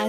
À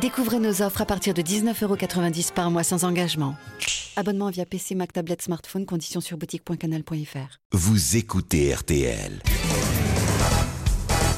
Découvrez nos offres à partir de 19,90€ par mois sans engagement. Abonnement via PC, Mac, tablette, smartphone, conditions sur boutique.canal.fr. Vous écoutez RTL.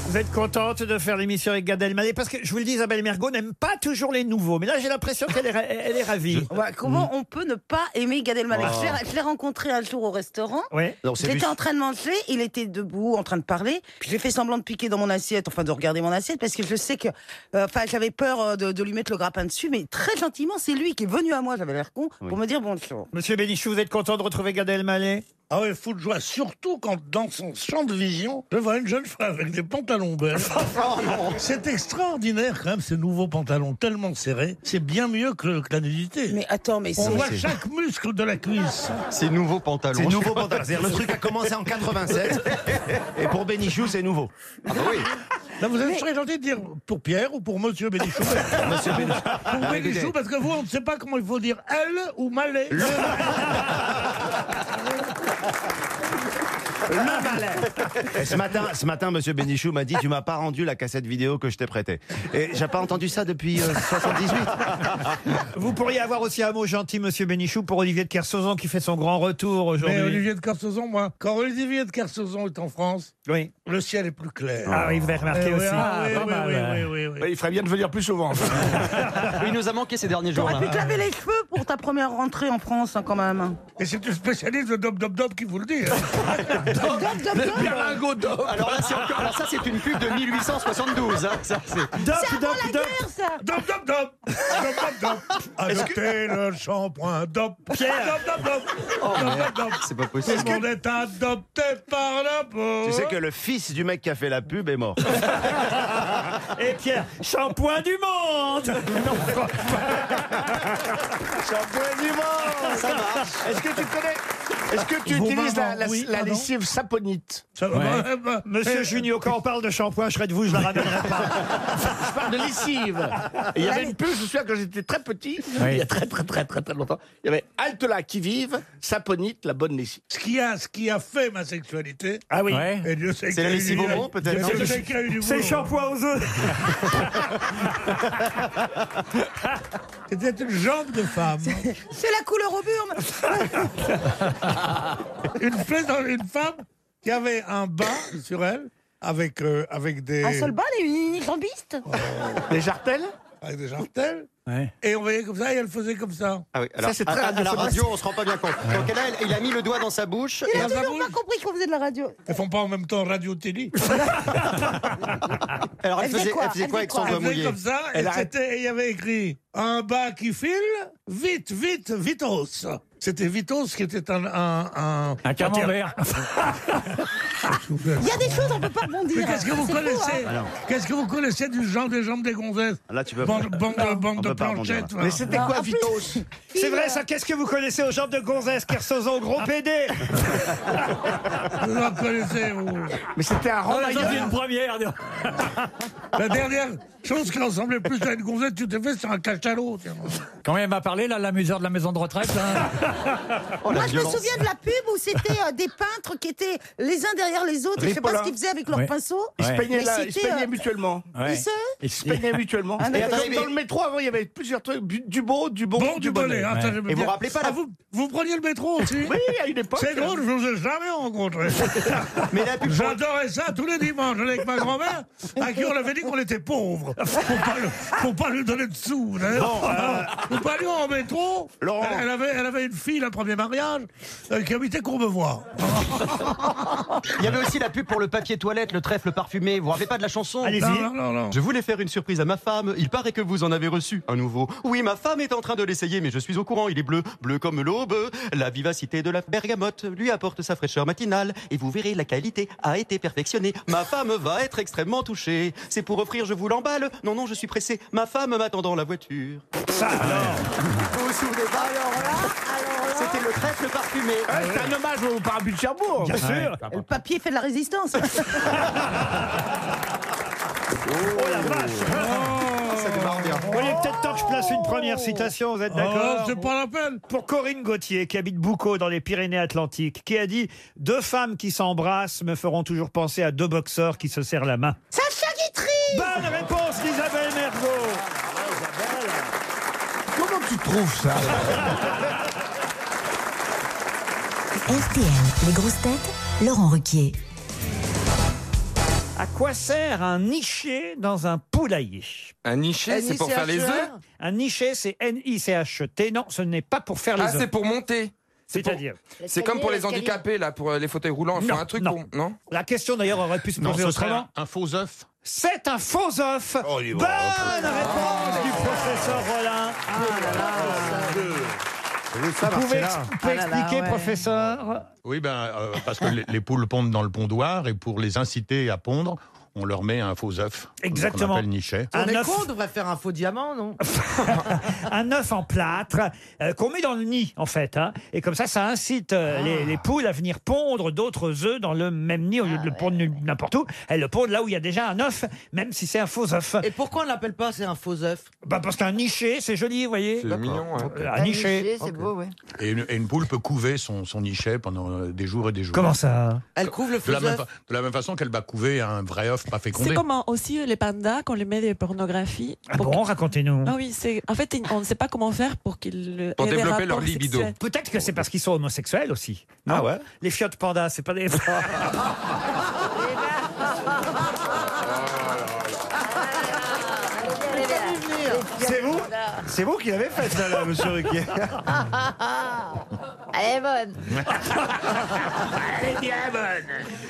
Vous êtes contente de faire l'émission avec Gad Elmaleh parce que je vous le dis, Isabelle Mergot n'aime pas toujours les nouveaux, mais là j'ai l'impression qu'elle est, ra- elle est ravie. Ouais, comment Mm. on peut ne pas aimer Gad Elmaleh Oh. Je l'ai- Je l'ai rencontré un jour au restaurant. Ouais. Non, c'est J'étais lui. en train de manger, il était debout, en train de parler. Puis j'ai fait semblant de piquer dans mon assiette, enfin de regarder mon assiette, parce que je sais que, euh, enfin, j'avais peur euh, de, de lui mettre le grappin dessus, mais très gentiment, c'est lui qui est venu à moi. J'avais l'air con pour me dire bonjour. Monsieur Bénichou, vous êtes content de retrouver Gad Elmaleh Ah ouais, fou de joie, surtout quand dans son champ de vision, je vois une jeune femme avec des pantalons verts. Oh c'est extraordinaire quand même, ces nouveaux pantalons tellement serrés. C'est bien mieux que, que la nudité. Mais attends, mais On c'est. voit chaque muscle de la cuisse. C'est nouveau pantalon. C'est nouveau pantalon. C'est-à-dire, le truc a commencé en 87. Et pour Bénichou, c'est nouveau. Ah bah oui. Là, vous êtes très gentil de dire pour Pierre ou pour Monsieur Bénichou. Monsieur Ah, Bénichou. pour Bénichou, parce que vous, on ne sait pas comment il faut dire elle ou malais. Et ce matin, ce matin, Monsieur Bénichou m'a dit, tu m'as pas rendu la cassette vidéo que je t'ai prêtée. Et j'ai pas entendu ça depuis euh, 78. Vous pourriez avoir aussi un mot gentil, Monsieur Bénichou, pour Olivier de Kersauzon qui fait son grand retour Mais aujourd'hui. Olivier de Kersauzon, moi, quand Olivier de Kersauzon est en France, Oui. le ciel est plus clair. Ah oui, vous avez remarqué Eh ouais, aussi. ah oui, Pas oui, mal. oui, oui, oui, oui. Il ferait bien de venir plus souvent. Il nous a manqué ces derniers Ah, jours. T'aurais pu te laver les cheveux pour ta première rentrée en France, hein, quand même. Et c'est le spécialiste de Dop Dop Dop qui vous le dit. hein. Pierre d'or. Alors là, c'est encore- alors ça, c'est une pub de 1872. hein. Ça, c'est- Dop, dop, dop. Dop Dop Dop Dop Dop Dop Adoptez le shampoing Dop Pierre Dop Dop Dop Oh, Dop Dop Dop C'est pas Tout possible. le monde est adopté par la peau Tu sais que le fils du mec qui a fait la pub est mort. Et Pierre, shampoing du monde Non, pas- Shampoing du monde. Ça marche. Est-ce que tu connais Est-ce que tu Vos utilises la, mamans, la- Ah oui, la pardon lessive saponite Ça va, ouais, bah, Monsieur eh, Junio, quand on parle de shampoing, je serais de vous, je la ramènerai pas. Je parle de lessive. Et Il y avait une pub, je me souviens, quand j'étais très petit, il y a très très très très très longtemps. Il y avait Halte là qui vive, saponite, la bonne lessive. ce, qui a, ce qui a fait ma sexualité, Ah oui. et Dieu sait qu'il y a la eu lessive du- au monde, peut-être Dieu sait qu'il y a eu du C'est boulot. shampoing aux œufs. C'était une jambe de femme. C'est la couleur au burne. une, plaisan- une femme qui avait un bas sur elle avec, euh, avec des... Un seul bal et une unijambiste. Les jartelles avec des jartelles. Et on voyait comme ça, et elle faisait comme ça. Ah oui, alors, Ça, c'est à- très à, à la radiophonique. radio, on se rend pas bien compte. Donc là, elle- il a mis le doigt dans sa bouche. Il a Dans sa toujours pas bouche. compris qu'on faisait de la radio. Elles font pas en même temps radio-télé. Alors, elle, Elle faisait faisait, quoi elle faisait quoi Elle faisait avec son quoi doigt Elle faisait mouillé comme ça, et Elle a- c'était- et il y avait écrit un bas qui file, vite, vite, vitos. C'était vitos qui était un. Un, un, Un camembert. Il y a des choses, on peut pas rebondir. Mais qu'est-ce que vous C'est fou, connaissez hein. Qu'est-ce que vous connaissez du genre des jambes des gonzesses Là, tu peux Bande, bande, de- bande on de peut pas rebondir, planchettes. là. voilà. Mais c'était Non, quoi, en plus- Vitos C'est vrai, ça, qu'est-ce que vous connaissez aux jambes de Gonzès, Kersauzon, Ah. gros PD Vous en connaissez, vous. Mais c'était un Ah, ça, c'est ramailleur. une première. La dernière chose qui ressemblait plus à une gonzesse, tu t'es fait sur un cachalot. tiens. Quand elle m'a parlé, là, l'amuseur de la maison de retraite, là, Oh, la Moi, je me violence. souviens de la pub où c'était euh, des peintres qui étaient les uns derrière les autres. Et je sais pas Ripollin. ce qu'ils faisaient avec leurs Ouais. pinceaux. Ils se Ouais. peignaient Mais là, ils se c'était, peignaient euh, mutuellement. ouais. Ils se- Et Ils se peignaient mutuellement. Ah, mais Et attendez, comme dans le métro, avant, il y avait plusieurs trucs. Du du beau, du bon, Bon, du bonnet. hein, ça, j'aime Et vous bien. rappelez pas la- Ah, vous, vous preniez le métro aussi Oui, à une époque. C'est drôle, je vous ai jamais rencontré. Mais la pub. J'adorais ça tous les dimanches avec ma grand-mère, à qui on avait dit qu'on était pauvres, pour pas, le- pour pas lui donner de sous. d'ailleurs. euh, Alors, Nous parlions en métro, elle, Laurent. elle avait, elle avait une fille, un premier mariage, euh, qui habitait Courbevoie. Il y avait aussi la pub pour le papier toilette, le trèfle parfumé. Vous vous rappelez pas de la chanson Allez-y. Non, non, non, non. Je voulais faire une surprise à ma femme. Il paraît que vous en avez reçu un nouveau. Oui, ma femme est en train de l'essayer, mais je suis au courant. Il est bleu, bleu comme l'aube. La vivacité de la bergamote lui apporte sa fraîcheur matinale. Et vous verrez, la qualité a été perfectionnée. Ma femme va être extrêmement touchée. C'est pour offrir, je vous l'emballe. Non, non, je suis pressé. Ma femme m'attend dans la voiture. Ça, hein, alors Vous vous souvenez pas Alors là, alors là. c'était le trèfle parfumé. Ouais, c'est un hommage au parapluie de Cherbourg. Bien sûr. Le papier fait de la résistance. Oh la vache Ça démarre bien. Bon, Il est peut-être temps que je place une première citation, vous êtes Oh, d'accord c'est pas la peine. Pour Corinne Gauthier, qui habite Boucau dans les Pyrénées-Atlantiques, qui a dit « Deux femmes qui s'embrassent me feront toujours penser à deux boxeurs qui se serrent la main ». Sacha Guitry Bonne réponse d'Isabelle Mergo. Comment tu trouves ça RTL, les grosses têtes, Laurent Ruquier. À quoi sert un nichet dans un poulailler Un niché, c'est pour faire les œufs Un nichet, c'est N-I-C-H-T. Non, ce n'est pas pour faire Ah, les œufs. c'est pour monter. c'est pour- C'est-à-dire C'est comme pour les handicapés, là, pour euh, les fauteuils roulants. Ils font Non, un truc non. pour. Non La question d'ailleurs aurait pu se poser autrement. un faux œuf. C'est un faux œuf. Oh, il est bon. Bonne réponse du professeur Rollin. Ah Vous pouvez, ex- vous pouvez Ah là là, expliquer, ouais. professeur Oui, ben, euh, parce que les, les poules pondent dans le pondoir et pour les inciter à pondre, on leur met un faux œuf. Exactement. Qu'on appelle nichet. un œuf, devrait faire un faux diamant, non un œuf en plâtre euh, qu'on met dans le nid, en fait. hein. Et comme ça, ça incite euh, Ah. les, les poules à venir pondre d'autres œufs dans le même nid au lieu de Ah le pondre nul- n'importe où. Elles le pondent là où il y a déjà un œuf, même si c'est un faux œuf. Et pourquoi on l'appelle pas c'est un faux œuf Bah, parce qu'un niché, c'est joli, vous voyez. C'est mignon. hein. Euh, Un niché. Et une, et une poule peut couver son, son nichet pendant euh, des jours et des jours. Comment ça Elle couvre le de faux la, même, œuf. fa- de la même façon qu'elle va couver un vrai œuf pas fécondé. C'est comme un- aussi les pandas quand on les met des pornographies. Ah Pour- bon, racontez-nous. Ah oui, c'est en fait on ne sait pas comment faire pour qu'ils Pour aient des développer leur rapports libido. sexuels. Peut-être que c'est parce qu'ils sont homosexuels aussi. Non Ah ouais Les fiottes pandas, c'est pas des. C'est vous C'est vous qui l'avez faite, ça, là, monsieur Ruquier.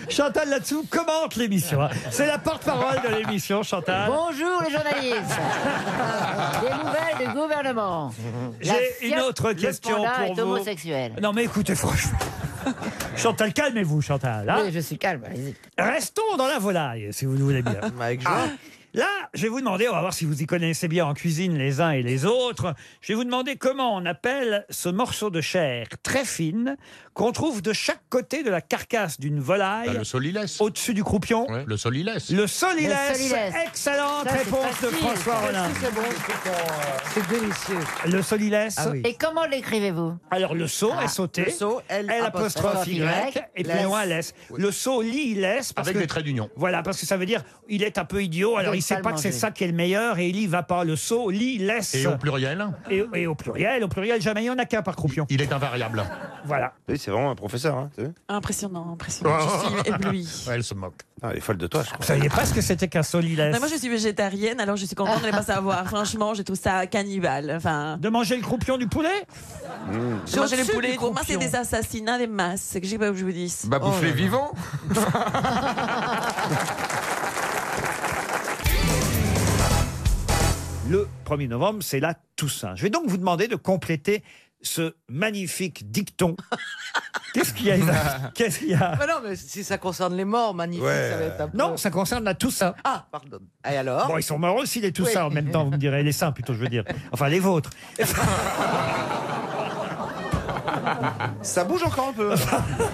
Chantal là-dessous commente l'émission. hein. C'est la porte-parole de l'émission, Chantal. Bonjour les journalistes. des nouvelles du gouvernement. J'ai une autre question pour vous. Non mais écoutez, franchement. Chantal, calmez-vous, Chantal. hein. je suis calme. Restons dans la volaille, si vous le voulez bien. Ah. Là, je vais vous demander, on va voir si vous y connaissez bien en cuisine les uns et les autres. Je vais vous demander comment on appelle ce morceau de chair très fine qu'on trouve de chaque côté de la carcasse d'une Ah, volaille le solilès. au-dessus du croupion. Ouais. Le solilès. Le solilès. Le solilès. Excellente réponse de François Rollin. C'est délicieux. Ah Le solilès. Et comment l'écrivez-vous Alors le saut est sauté. Le saut, L, L apostrophe Y, et puis laisse. loin laisse. Le saut lit laisse parce Avec que des traits d'union. voilà parce que ça veut dire il est un peu idiot alors veut il sait pas le pas que c'est manger. ça qui est le meilleur et il y va pas le saut lit laisse Et au pluriel, et, et au pluriel au pluriel jamais il y en a qu'un par croupion il est invariable. voilà Oui, c'est vraiment un professeur. Hein, t'as vu Ah, Impressionnant, impressionnant. Je suis éblouie. Ouais, elle se moque. ah, il est folle de toi, je crois. vous saviez pas ce que c'était qu'un saut lit laisse Non, moi je suis végétarienne alors je suis contente de ne pas savoir. Franchement, j'ai tout ça cannibale. Enfin, de manger le croupion du poulet Hmm. j'ai mangé les au-dessus poulets. du Pour moi, c'est croupion. des assassinats des masses. C'est que j'ai pas que je vous dise. Bah, Oh bouffe les vivants. le 1er novembre c'est la Toussaint je vais donc vous demander de compléter ce magnifique dicton qu'est-ce qu'il y a Isabelle qu'est-ce qu'il y a non, mais si ça concerne les morts, magnifique, ça va être un peu... non ça concerne la Toussaint Ah, pardon. Et alors Bon, ils sont morts aussi, les tout Oui. ça en même temps, vous me direz, les saints plutôt, je veux dire. Enfin, les vôtres. Ça bouge encore un peu.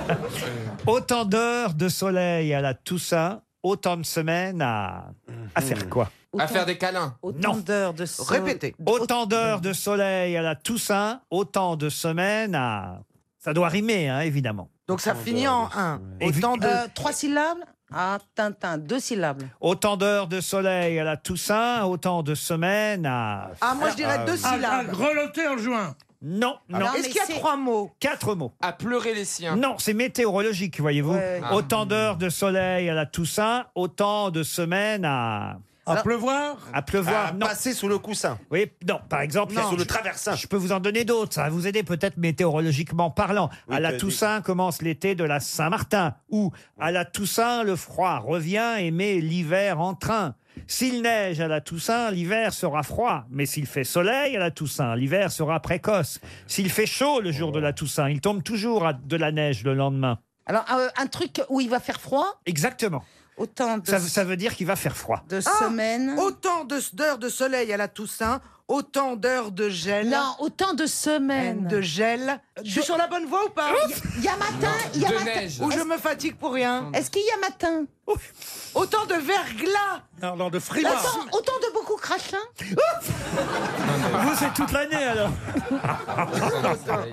Autant d'heures de soleil à la Toussaint, autant de semaines à. à Mhm. faire quoi À faire des câlins. Autant Non. d'heures de Répétez. Autant d'heures de soleil à la Toussaint, autant de semaines à. Ça doit rimer, hein, évidemment. Donc ça finit en un. Évi- Autant de... trois syllabes Ah, Tintin, deux syllabes. Autant d'heures de soleil à la Toussaint, autant de semaines à. Ah, moi je dirais deux Un, un grelotté en juin. Non, ah, non. Est-ce qu'il y a trois mots Quatre mots. À pleurer les siens. Non, c'est météorologique, voyez-vous. hein. Ouais. Ah. Autant d'heures de soleil à la Toussaint, autant de semaines à. À Alors- pleuvoir. à pleuvoir. non. passer sous le coussin. Vous voyez, non, par exemple, Non. Sous le je- traversin. Je peux vous en donner d'autres, ça va vous aider peut-être météorologiquement parlant. Oui, à la t'as dit. Toussaint commence l'été de la Saint-Martin, ou à la Toussaint, le froid revient et met l'hiver en train. S'il neige à la Toussaint, l'hiver sera froid, mais s'il fait soleil à la Toussaint, l'hiver sera précoce. S'il fait chaud le jour de la Toussaint, il tombe toujours à de la neige le lendemain. Alors, euh, un truc où il va faire froid Exactement. Autant de, Ça, ça veut dire qu'il va faire froid. Ah, de semaines. Autant de- d'heures de soleil à la Toussaint, autant d'heures de gel. Non, autant de semaines. Euh, De gel. Je suis sur la bonne voie ou pas Il y a matin, il y a matin. Ou je me fatigue pour rien. Est-ce qu'il y a matin Autant de verglas. Non, non, de autant, autant de beaucoup crachin Ah Vous, c'est toute l'année alors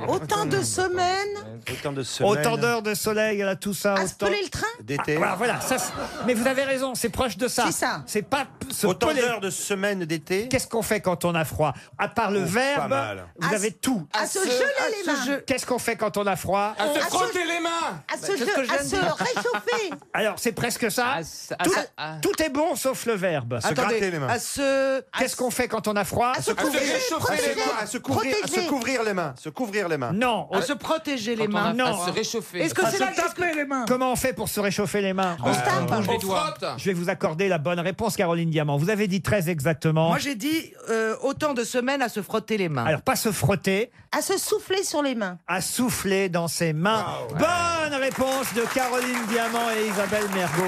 Autant de semaines Autant de semaines. Autant d'heures de soleil à la Toussaint. autant... peler le train D'été. Ah, voilà, ça, c'est- mais vous avez raison, c'est proche de ça. C'est ça. C'est pas Autant d'heures de semaine d'été. Qu'est-ce qu'on fait quand on a froid À part le Oh, pas verbe, mal. vous avez tout. à se geler les mains. Qu'est-ce qu'on fait quand on a froid Euh, À se À se- frotter les mains. Bah, à Bah, se ge- à se réchauffer. Alors, c'est presque ça. tout, tout est bon sauf le verbe. Se Attendez, gratter les mains. à se- Qu'est-ce qu'on fait quand on a froid À se À se couvrir, réchauffer protéger, les mains, à se couvrir, à se protéger. couvrir les mains. Se couvrir les mains. Non. À se protéger les mains. Non. hein. Est-ce que c'est la les mains. Comment on fait pour se réchauffer les mains Euh, On se tape. On frotte. Je vais vous accorder la bonne réponse, Caroline Diamant. Vous avez dit très exactement. Moi, j'ai dit euh, autant de semaines à se frotter les mains. Alors, pas se frotter, À se souffler sur les mains. à souffler dans ses mains. Bonne réponse de Caroline Diamant et Isabelle Mergot.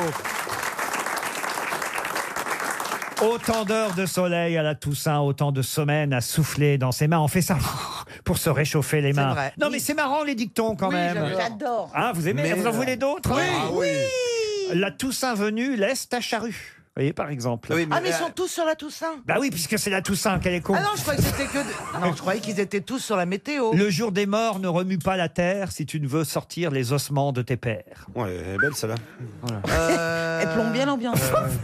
Autant d'heures de soleil à la Toussaint, autant de semaines à souffler dans ses mains. On fait ça pour se réchauffer les mains. vrai. Non, mais c'est marrant les dictons quand même. J'adore. Ah, vous aimez Mais, Vous en euh, voulez d'autres oui. Ah oui. La Toussaint venue laisse ta charrue. Vous voyez, par exemple. ah, mais ils sont tous sur la Toussaint. Bah oui, puisque c'est la Toussaint qu'elle est con. Ah non, je croyais que c'était que. de- Non, je croyais qu'ils étaient tous sur la météo. Le jour des morts ne remue pas la terre si tu ne veux sortir les ossements de tes pères. Ouais, elle est belle celle-là. Euh, Elle plombe bien l'ambiance.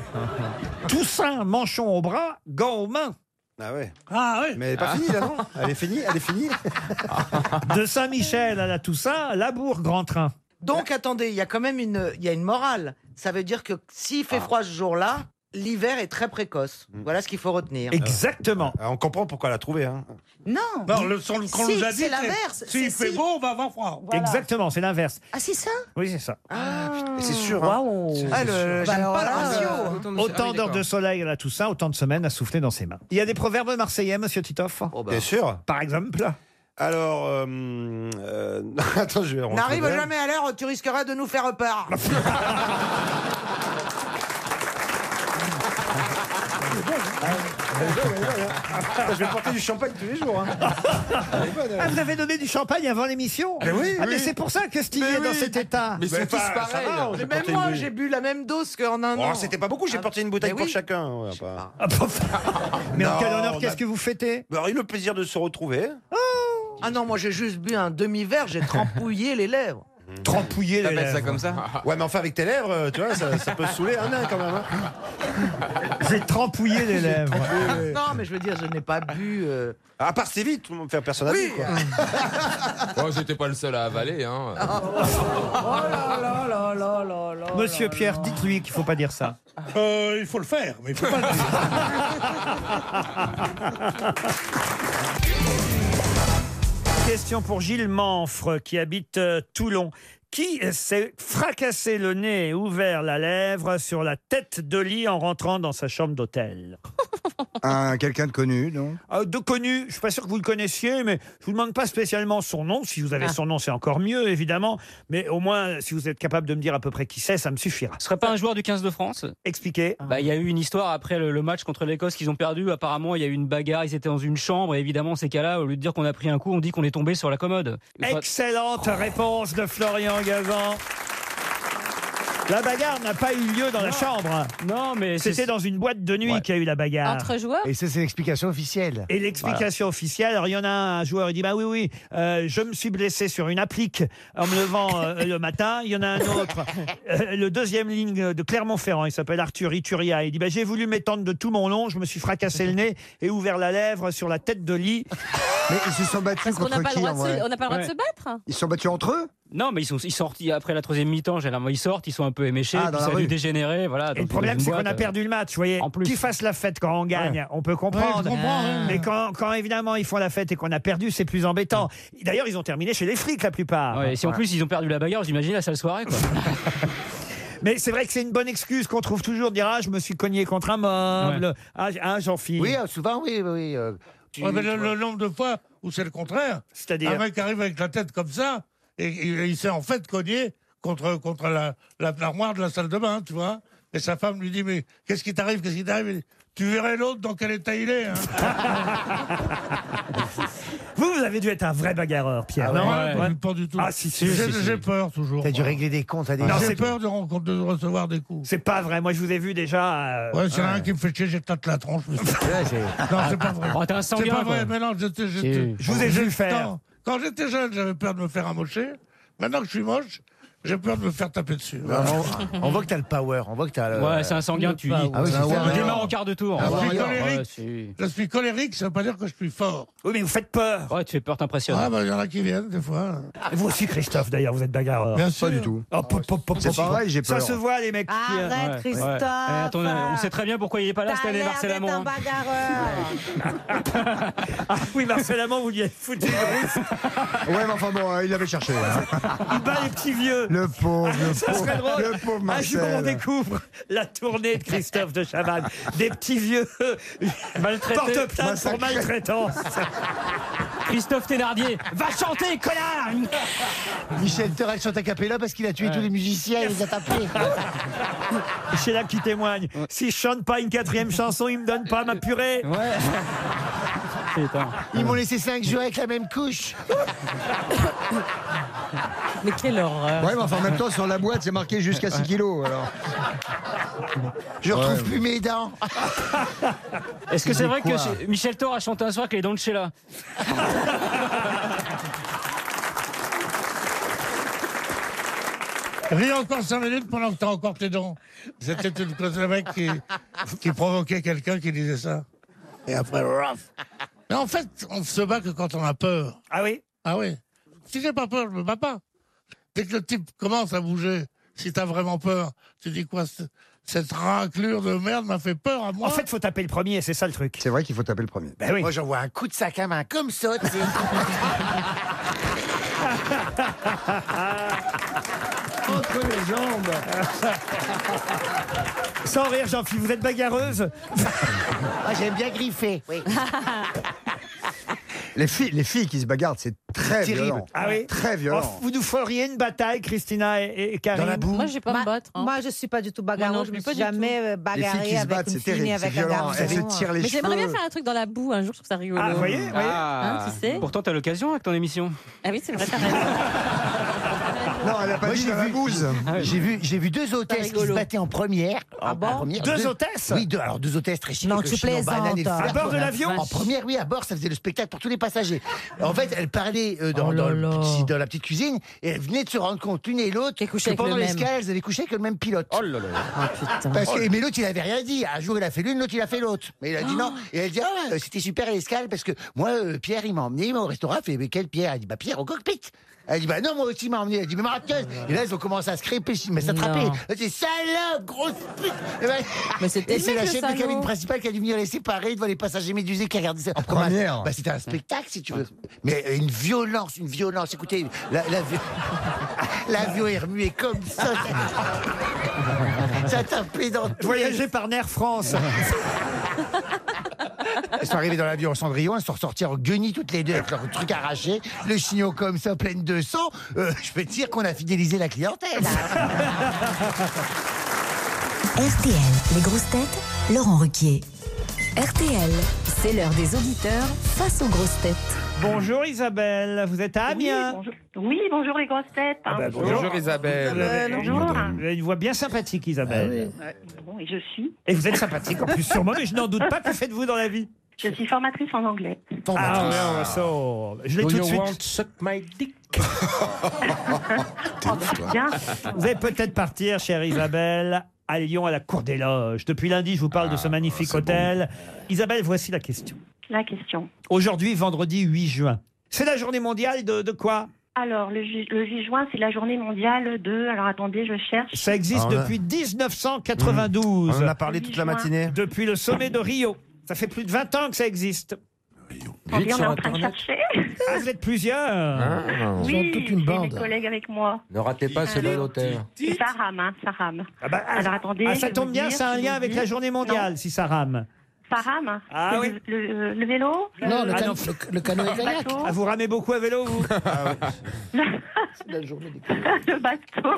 Toussaint, manchon au bras, gants aux mains. Ah. Ah ouais. Ah oui. Mais elle est pas finie là, non Elle est finie, elle est finie. De Saint-Michel à la Toussaint, Labourg, grand train. Donc attendez, il y a quand même une, il y a une morale. Ça veut dire que s'il fait froid ce jour-là, l'hiver est très précoce. Voilà ce qu'il faut retenir. Exactement. Bah. Ah, On comprend pourquoi elle a trouvé. Hein. Euh. Non. Non, le, son- qu'on Si, nous a c'est dit, c'est- l'inverse, S'il c'est fait si. beau, on va avoir froid. Exactement, c'est l'inverse. Ah, c'est ça Oui, c'est ça. Mais C'est sûr. hein. Waouh. C'est- Ah, c'est sûr. le- J'aime pas le ratio. euh, Autant d'heures de soleil à la Toussaint, autant de semaines à souffler dans ses mains. Il y a des proverbes marseillais, monsieur Titoff Bien sûr. Par exemple Alors, euh, euh, attends, je vais rentrer N'arrive dedans. jamais à l'heure, tu risqueras de nous faire peur. Ah, Je vais porter du champagne tous les jours. hein. Elle est bonne, elle. Ah, vous avez donné du champagne avant l'émission Mais oui. Ah, mais Oui. c'est pour ça que Stevie est dans cet état. Mais c'est tous pas- ça pareil. va, on Mais s'est même porté moi, une- j'ai bu la même dose qu'en un Oh, an. c'était pas beaucoup, j'ai porté une bouteille Ah, mais pour oui. chacun. ouais, pas- Ah, Mais en Non, quel on honneur, a- qu'est-ce que vous fêtez Bah, il a eu le plaisir de se retrouver. Ah non, moi j'ai juste bu un demi-verre, j'ai trempouillé les lèvres. Trempouiller les T'appelles Eh ben, ça lèvres. comme ça Ouais, mais enfin, avec tes lèvres, euh, tu vois, ça, ça peut saouler un nain quand même. hein. J'ai trempouillé les lèvres. Non, mais je veux dire, je n'ai pas bu. euh, À part Stevie, tout le monde fait personne à Oui. lui, quoi. Oh, j'étais pas le seul à avaler. Oh Hein. Monsieur Pierre, dites-lui qu'il faut pas dire ça. Euh, il faut le faire, mais il faut pas le dire. Question pour Gilles Manfre qui habite euh, Toulon. Qui s'est fracassé le nez et ouvert la lèvre sur la tête de lit en rentrant dans sa chambre d'hôtel Un Ah, quelqu'un de connu, non Euh, De connu, je suis pas sûr que vous le connaissiez, mais je vous demande pas spécialement son nom. Si Ah. vous avez son nom, c'est encore mieux, évidemment. Mais au moins, si vous êtes capable de me dire à peu près qui c'est, ça me suffira. Ce serait pas un joueur du 15 de France Expliquez. Bah, Il y a eu une histoire après le, le match contre l'Écosse qu'ils ont perdu. Apparemment, il y a eu une bagarre. Ils étaient dans une chambre. Et évidemment, ces cas-là, au lieu de dire qu'on a pris un coup, on dit qu'on est tombé sur la commode. Enfin, Excellente réponse de Florian Gazan. La bagarre n'a pas eu lieu dans la chambre. Non, mais c'est- C'était dans une boîte de nuit qu'il y a eu la bagarre. joueurs Et ça, c'est l'explication officielle. Et l'explication officielle, alors il y en a un joueur, il dit Bah oui, oui, euh, je me suis blessé sur une applique en me levant euh, le matin. Il y en a un autre, euh, le deuxième ligne de Clermont-Ferrand, il s'appelle Arthur Ituria. Il dit Bah j'ai voulu m'étendre de tout mon long, je me suis fracassé le nez et ouvert la lèvre sur la tête de lit. Mais ils se sont battus Parce qu'on contre n'a pas le qui droit en de se- vrai on n'a pas le droit de Ouais. se battre Ils se sont battus entre eux Non, mais ils sont ils sortent ils- après la troisième mi-temps. Généralement, ils sortent, ils sont un peu éméchés. Ah, puis dans ça la a dû rue. dégénérer. Voilà, Et le problème, c'est euh, qu'on a perdu le match, vous voyez. Qu'ils fassent la fête quand on gagne, on peut comprendre. Ouais, je comprends, ouais. Mais quand, quand, évidemment ils font la fête et qu'on a perdu, c'est plus embêtant. D'ailleurs, ils ont terminé chez les flics la plupart. et si en plus ils ont perdu la bagarre, j'imagine la sale soirée. Quoi. Mais c'est vrai que c'est une bonne excuse qu'on trouve toujours de dire Ah, je me suis cogné contre un meuble. Ah, j- ah j'en finis. Oui, euh, souvent, oui, oui, oui. euh, tu- Ouais, mais le, tu vois. le nombre de fois où c'est le contraire. C'est-à-dire Un mec arrive avec la tête comme ça et, et- et il s'est en fait cogné contre, contre la, la- l'armoire de la salle de bain, tu vois. Et sa femme lui dit Mais qu'est-ce qui t'arrive Qu'est-ce qui t'arrive Il dit, Tu verrais l'autre dans quel état il est. hein. Vous, vous avez dû être un vrai bagarreur, Pierre. Ah ouais, Non, ouais. pas du tout. Ah, si, si, J'ai- si, si. j'ai peur, toujours. T'as dû régler des comptes à des gens. J'ai c'est- peur de, rencontre- de recevoir des coups. C'est pas vrai. Moi, je vous ai vu déjà. euh, Ouais, s'il y en a euh, un qui me fait chier, j'éclate la tronche. monsieur. c'est- non, c'est pas vrai. Oh, t'es un sanguin, C'est pas quoi. vrai, mais non, j'étais- Si. j'étais- Je vous ai vu j'étais- le faire. non, Quand j'étais jeune, j'avais peur de me faire amocher. Maintenant que je suis moche, j'ai peur de me faire taper dessus. On, on voit que t'as le power. On voit que t'as le- Euh, Ouais, c'est un sanguin, tu dis. Ah oui, c'est ça. Il démarre en quart de tour. Ah, Je suis Ouais, colérique. c'est- Je suis colérique, ça veut pas dire que je suis fort. Oui, mais vous faites peur. Ouais, tu fais peur, t'impressionnes. Ah, bah, il y en a qui viennent, des fois. Et Vous aussi, Christophe, d'ailleurs, vous êtes bagarreur. Bien sûr. Ah, Pas du tout. Oh, pop, pop, pop, C'est pop, pop. pareil, j'ai Ça peur. se voit, les mecs. qui, euh, Ouais, ouais. Ouais. Eh, attendez, on sait très bien pourquoi il est pas là cette année, Marcel Amand. hein. Ah oui, Marcel Amand, vous lui avez foutu une route. Ouais, mais enfin bon, euh, il l'avait cherché. hein. Il bat les petits vieux. Le pauvre, le Ça pauvre, serait drôle. le pauvre Un jour, on Marcel. découvre la tournée de Christophe de Chavannes. Des petits vieux porte plainte pour maltraitance. Christophe Thénardier, va chanter, connard Michel Thorel sur ta capella parce qu'il a tué tous les musiciens et il les a tapés. C'est là qui témoigne. Si je chante pas une quatrième chanson, il me donne pas ma purée. Ils m'ont laissé 5 jours avec la même couche. Mais quelle horreur. Ouais, mais enfin, en même temps, sur la boîte, c'est marqué jusqu'à 6 kilos. Alors. Je Ouais, mais- retrouve plus mes dents. Est-ce que c'est C'est vrai que quoi c'est- Michel Thor a chanté un soir qu'il est dans le Sheila Ris encore 5 minutes pendant que t'as encore tes dents. C'était une cause de mec qui, qui provoquait quelqu'un qui disait ça. Et après, raf. Mais en fait, on ne se bat que quand on a peur. Ah oui Ah oui. Si j'ai pas peur, je me bats pas. Dès que le type commence à bouger, si t'as vraiment peur, tu dis quoi ce- Cette raclure de merde m'a fait peur à moi. En fait, faut taper le premier, c'est ça le truc. C'est vrai qu'il faut taper le premier. Ben oui. Moi, j'envoie un coup de sac à main comme ça. tu sais. Ah. Entre les jambes. Sans rire, Jean-Philippe, vous êtes bagarreuse Ah, J'aime bien griffer. Les filles, les filles qui se bagarrent, c'est très Terrible. violent. Ah oui Très Oh, violent. vous nous feriez une bataille, Christina et, et Karine pas me battre. hein. Moi, je suis pas du tout bagarreuse. Moi non je plus, me pas suis du jamais euh, Les filles bagarrée qui se avec battent, une c'est fille ni terrible, c'est avec un violent. garçon. Elles se tirent les Mais j'aimerais bien cheveux. faire Ah, un truc dans la boue un jour, je trouve ça rigolo. Ah, Ah. Hein, tu sais. Ah. Pourtant, t'as l'occasion avec ton émission. Ah oui, c'est vrai, t'as raison. Non, elle a pas Moi, dit j'ai dans la vu- bouse. J'ai vu, j'ai vu deux hôtesses qui se rigolo. battaient en première. En bon première. Deux hôtesses Oui, deux, alors deux hôtesses très chic. Non, avec Ah tu hein. le chignon, plaisantes. banane et le À fleur. bord de l'avion En première, oui, à bord, ça faisait le spectacle pour tous les passagers. En fait, elles parlaient euh, dans, Oh là dans le là. petit- dans la petite cuisine et elles venaient de se rendre compte l'une et l'autre que avec pendant le l'escale, elles avaient couché avec le même pilote. Oh là là. Parce que, mais l'autre, il avait rien dit. Un jour, il a fait l'une, l'autre, il a fait l'autre. Mais il a dit non. Et elle dit, ah ouais, c'était super l'escale parce que moi, euh, Pierre, il m'a emmené il m'a au restaurant. Elle fait, mais quel Pierre Elle dit, bah, Pierre, au cockpit. Elle dit, bah non, moi aussi, il m'a emmené. Elle dit, mais Marquez. Et là, ils ont commencé à se crêper, mais s'attraper. Non. Elle dit, salope, grosse pute. Et ben- Mais c'était Et Ah, c'est le la mec, le chef de cabine salaud. principale qui a dû venir les séparer devant les passagers médusés qui regardaient ça. En première. Bah, c'était un spectacle, si tu veux. Mais euh, une violence, une violence. Écoutez, la- la vi- l'avion est remué comme ça. Ça tapait dans tous les- Voyager par Air France. Elles sont arrivées dans l'avion en cendrillon, elles sont ressorties en guenilles toutes les deux avec leur truc arraché, le chignon comme ça, pleine de sang. Euh, je peux te dire qu'on a fidélisé la clientèle. RTL, les grosses têtes, Laurent Ruquier. RTL, c'est l'heure des auditeurs face aux grosses têtes. Bonjour Isabelle, vous êtes à Amiens. Ah bonjour. Oui, bonjour les grosses têtes. hein. Ah bah, Bonjour, Isabelle. Vous avez- Euh, Bonjour. Vous avez une voix bien sympathique Ah Isabelle. Bon, et je suis. Et vous êtes sympathique en plus sûrement, mais je n'en doute pas. Que faites-vous dans la vie Je suis formatrice en anglais. Ah ouais, so- Je l'ai Do tout de you suite. want Bien. Vous allez peut-être partir, chère Isabelle, à Lyon, à la Cour des Loges. Depuis lundi, je vous parle de Ah, ce magnifique hôtel. Isabelle, voici la question. La question. Aujourd'hui, vendredi 8 juin. C'est la journée mondiale de, de quoi Alors, le, ju- le 8 juin, c'est la journée mondiale de. Alors, attendez, je cherche. Ça existe Ah, on a- depuis 1992. On en a parlé toute la matinée. Depuis le sommet de Rio. Ça fait plus de 20 ans que ça existe. Attendez, on est en train de chercher. Ah, vous êtes plusieurs. Ah. oui, j'ai mes collègues avec moi. Ne ratez pas ce bel hôtel. C'est Ça rame, hein, ça rame. Alors, attendez. Ah, je ça vais tombe vous bien, dire, c'est je un vais lien vous avec dire. la journée mondiale, si ça rame. Ça rame Ah C'est oui. hein. Le, euh, le- le vélo Ah Non, le canot. canot- Le canot et kayak. Ah, vous ramez beaucoup à Ah, vélo, vous Le bateau.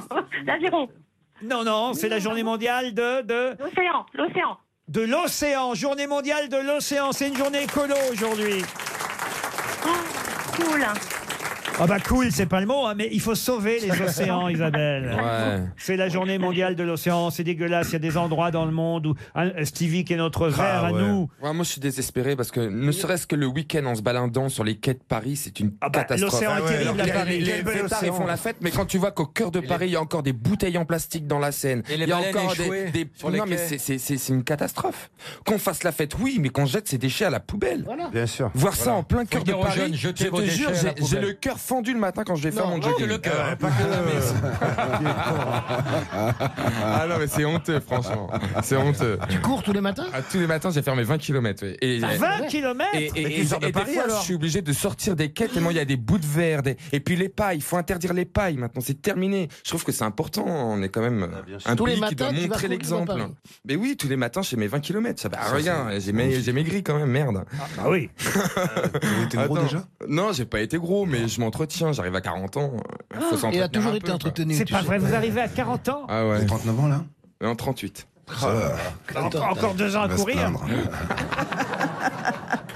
L'aviron. Non, non, c'est la journée mondiale de... de... L'océan, l'océan. De l'océan, journée mondiale de l'océan. C'est une journée écolo aujourd'hui. cool. Ah bah cool, c'est pas le mot, hein, mais il faut sauver les océans, Isabelle. Ouais. C'est la journée mondiale de l'océan, c'est dégueulasse, il y a des endroits dans le monde où hein, Stevie qui est notre verre à nous. Ah, Ouais, moi, je suis désespéré parce que ne serait-ce que le week-end en se baladant sur les quais de Paris, c'est une bah, catastrophe. Ah l'océan est terrible à Les- Paris. les- Quel bel Les fêtards, ils océan. font la fête, mais quand tu vois qu'au cœur de Paris, il y a encore des bouteilles en plastique dans la Seine, Et il les y a baleines encore échouées des, des- sur les non, mais quais. c'est- c'est c'est- c'est une catastrophe. Qu'on fasse la fête, oui, mais qu'on jette ses déchets à la poubelle. Bien sûr. Voir ça Voilà. en plein Faut cœur de dire aux Paris, jeunes, je jetez vos te déchets à jure, la j'ai- j'ai poubelle. le cœur fendu le matin quand je vais faire mon jogging. Euh, pas que la ah non, mais c'est honteux, franchement. C'est honteux. Tu cours tous les matins Ah, tous les matins, j'ai fermé 20 km. Et, Ah, 20 kilomètres Et, et, Mais et- tu sors de et des Paris, fois, alors je suis obligé de sortir des quêtes, tellement il y a des bouts de verre. des- Et puis les pailles, il faut interdire les pailles maintenant, c'est terminé. Je trouve que c'est important, on est quand même Ah, un Tous les pays qui matins, doit tu vas montrer courir dans l'exemple. Paris. Mais oui, tous les matins, je fais mes 20 km. Ça, bah, Ça, regarde, c'est- j'ai mai- j'ai maigri quand même, merde. Ah, bah oui. Vous été gros déjà Non, j'ai pas été gros, mais je m'entretiens, j'arrive à 40 ans. Il faut Il s'entretenir Ah, a toujours un été peu, quoi. entretenu. C'est pas vrai, vous arrivez à 40 ans Ah ouais. 39 ans là Et en 38. Ah, Encore, encore deux ans à courir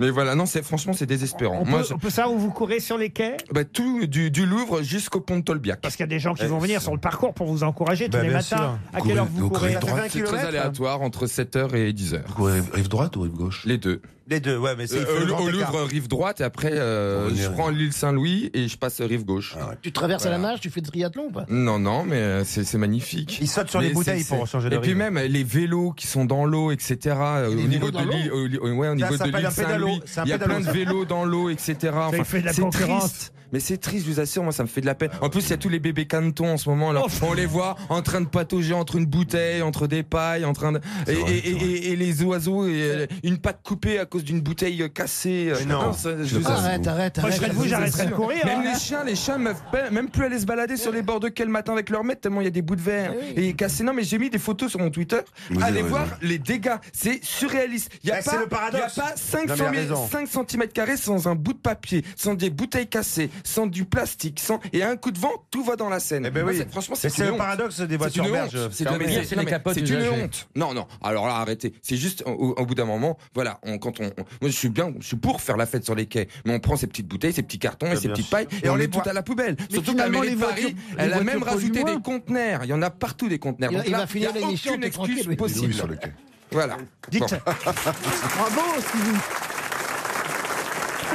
Mais voilà, non, c'est franchement, c'est désespérant. on peut, Moi, je- on peut savoir où vous courez sur les quais bah, tout du, du Louvre jusqu'au pont de Tolbiac. Parce qu'il y a des gens qui Euh, vont venir sur le parcours pour vous encourager Bah, Bah, tous les matins. À quelle heure vous courez C'est très aléatoire entre 7h et 10h. rive, rive droite ou rive gauche Les deux. Les deux, ouais, mais c'est. il fait Euh, le au grand au écart. Louvre, rive droite, et après, euh, je prends l'île Saint-Louis et je passe rive gauche. Ah Tu traverses Voilà. à la nage, tu fais des triathlons ou pas Non, non, mais euh, c'est c'est magnifique. Ils sautent sur les c'est- bouteilles c'est- pour changer de Et puis rive. même euh, les vélos qui sont dans l'eau, etc. euh, Au des niveau vélos de dans l'île, l'eau au li- ouais, au Ça niveau de s'appelle l'île un pédalo, Saint-Louis, c'est un il y a pédalo, plein de ça. vélos dans l'eau, etc. Enfin, fait de la c'est concurrence. triste. Mais c'est triste, je vous assure, moi ça me fait de la Ah peine. En plus, il y a tous les bébés canetons en ce moment. Là. On les voit en train de patauger entre une bouteille, entre des pailles, en train de. Et, et- et- et- et les oiseaux, et, euh, une patte coupée à cause d'une bouteille euh, cassée. Mais non. ça, Ah, arrête, arrête, Moi, je arrête. serais de vous, vous j'arrêterais de assure. courir, Même hein. les chiens, les chiens me pe- même plus aller se balader sur les bords de quai le matin avec leur maître, tellement il y a des bouts de verre. Et cassé. Non, mais j'ai mis des photos sur mon Twitter. Vous Allez avez voir raison. les dégâts. C'est surréaliste. Il y a Eh, c'est pas, le paradoxe. il y a pas 500 Non, mais il a 000 raison. 5 cm sans un bout de papier, sans des bouteilles cassées, sans du plastique, sans et un coup de vent, tout va dans la Seine. ben Moi, oui. c'est- Franchement, c'est Mais c'est une le honte. paradoxe des C'est voitures une berges. honte. C'est Fermées. non, mais- Le pire, c'est non, les mais capotes C'est une usagées. honte. Non, non. Alors là, arrêtez. C'est juste au, au bout d'un moment, voilà. on- quand on, on- moi, je suis bien, je suis pour faire la fête sur les quais, mais on prend ces petites bouteilles, ces petits cartons et ces petites pailles et, on les boit. tout à la poubelle. Mais Surtout que la finalement, mairie de les Paris, voitures- elle les a même voitures rajouté polluent des moins. conteneurs. Il y en a partout des conteneurs. Il va- Donc il là, va finir il y a l'émission, aucune t'es tranquille, excuse oui. possible. Oui, sur le quai. Voilà. Dites- Bravo, Stevie.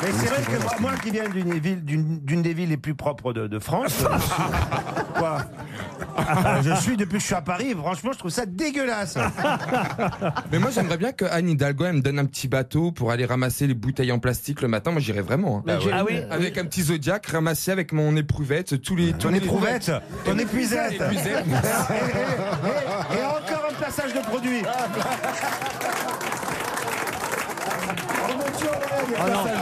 Mais c'est vrai que moi, moi qui viens d'une ville, d'une d'une des villes les plus propres de, de France, euh, je suis- quoi, euh, je suis depuis que je suis à Paris. Franchement, je trouve ça dégueulasse. Ah Mais moi, j'aimerais bien que Anne Hidalgo elle me donne un petit bateau pour aller ramasser les bouteilles en plastique le matin. Moi, j'irais vraiment. hein. Bah Mais Ah j'ai- ouais. ah oui. Avec un petit Zodiac, ramasser avec mon éprouvette tous les. Ton éprouvette, ton épuisette. Épuisette. Et, et encore un passage de produit. Ah Ah,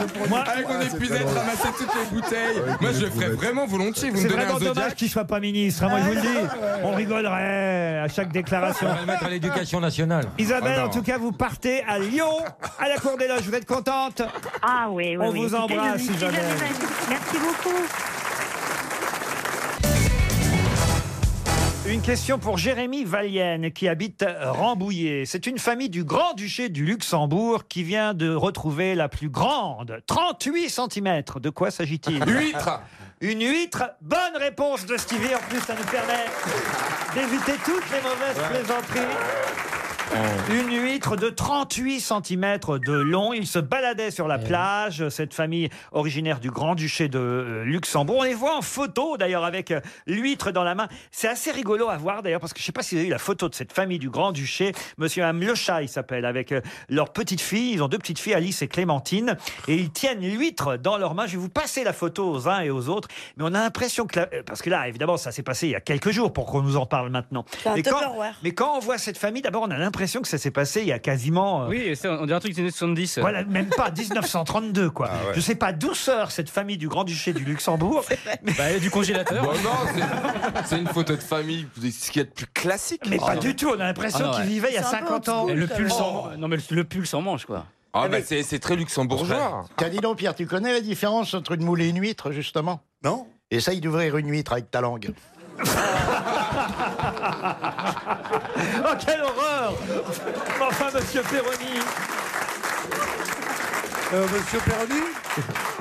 Avec Ah, mon épuisette, ramasser toutes les bouteilles. Moi, je le ferais vraiment volontiers. Vous C'est me donnez vraiment un dommage Zodiac. qu'il soit pas ministre, hein, moi je vous le dis. On rigolerait à chaque déclaration. On va le mettre à l'éducation nationale. Isabelle, Ah, non. en tout cas, vous partez à Lyon, à la Cour des Loges. Vous êtes contente Ah oui, oui. On oui, vous écoutez, embrasse, je ne suis Isabelle. jamais venue. Merci beaucoup. Une question pour Jérémy Vallienne qui habite Rambouillet. C'est une famille du Grand-Duché du Luxembourg qui vient de retrouver la plus grande, 38 cm. De quoi s'agit-il Huître. Une huître Bonne réponse de Stevie. En plus, ça nous permet d'éviter toutes les mauvaises plaisanteries. Une huître de 38 cm de long. Ils se baladaient sur la plage, cette famille originaire du Grand-Duché de euh, Luxembourg. On les voit en photo d'ailleurs avec euh, l'huître dans la main. C'est assez rigolo à voir d'ailleurs parce que je ne sais pas si vous avez eu la photo de cette famille du Grand-Duché. Monsieur et Mme Le Chat, il s'appelle, avec euh, leur petite fille. Ils ont deux petites filles, Alice et Clémentine. Et ils tiennent l'huître dans leurs mains. Je vais vous passer la photo aux uns et aux autres. Mais on a l'impression que... la- euh, Parce que là, évidemment, ça s'est passé il y a quelques jours pour qu'on nous en parle maintenant. un Et quand- Tupperware. mais quand on voit cette famille, d'abord, on a l'impression que ça s'est passé il y a quasiment. euh, Oui, ça, on dirait un truc des années 70. Voilà, même pas 1932, quoi. Ah Je sais pas d'où sort cette famille du Grand-Duché du Luxembourg. Bah, du congélateur. Bon, non, c'est- c'est une photo de famille, c'est ce qu'il y a de plus classique. Mais pas Oh. du tout, on a l'impression Ah, ouais. qu'il vivait il y a 50 ans. Oh, Et Le pull Oh. sans, non mais le- le pull sans manche quoi. Ah, bah, c'est c'est très Oh, luxembourgeois. Tiens, dis donc, Pierre, tu connais la différence entre une moule et une huître, justement Non Essaye d'ouvrir une huître avec ta langue. Oh, quelle horreur Enfin, monsieur Perroni Euh, Monsieur Perroni,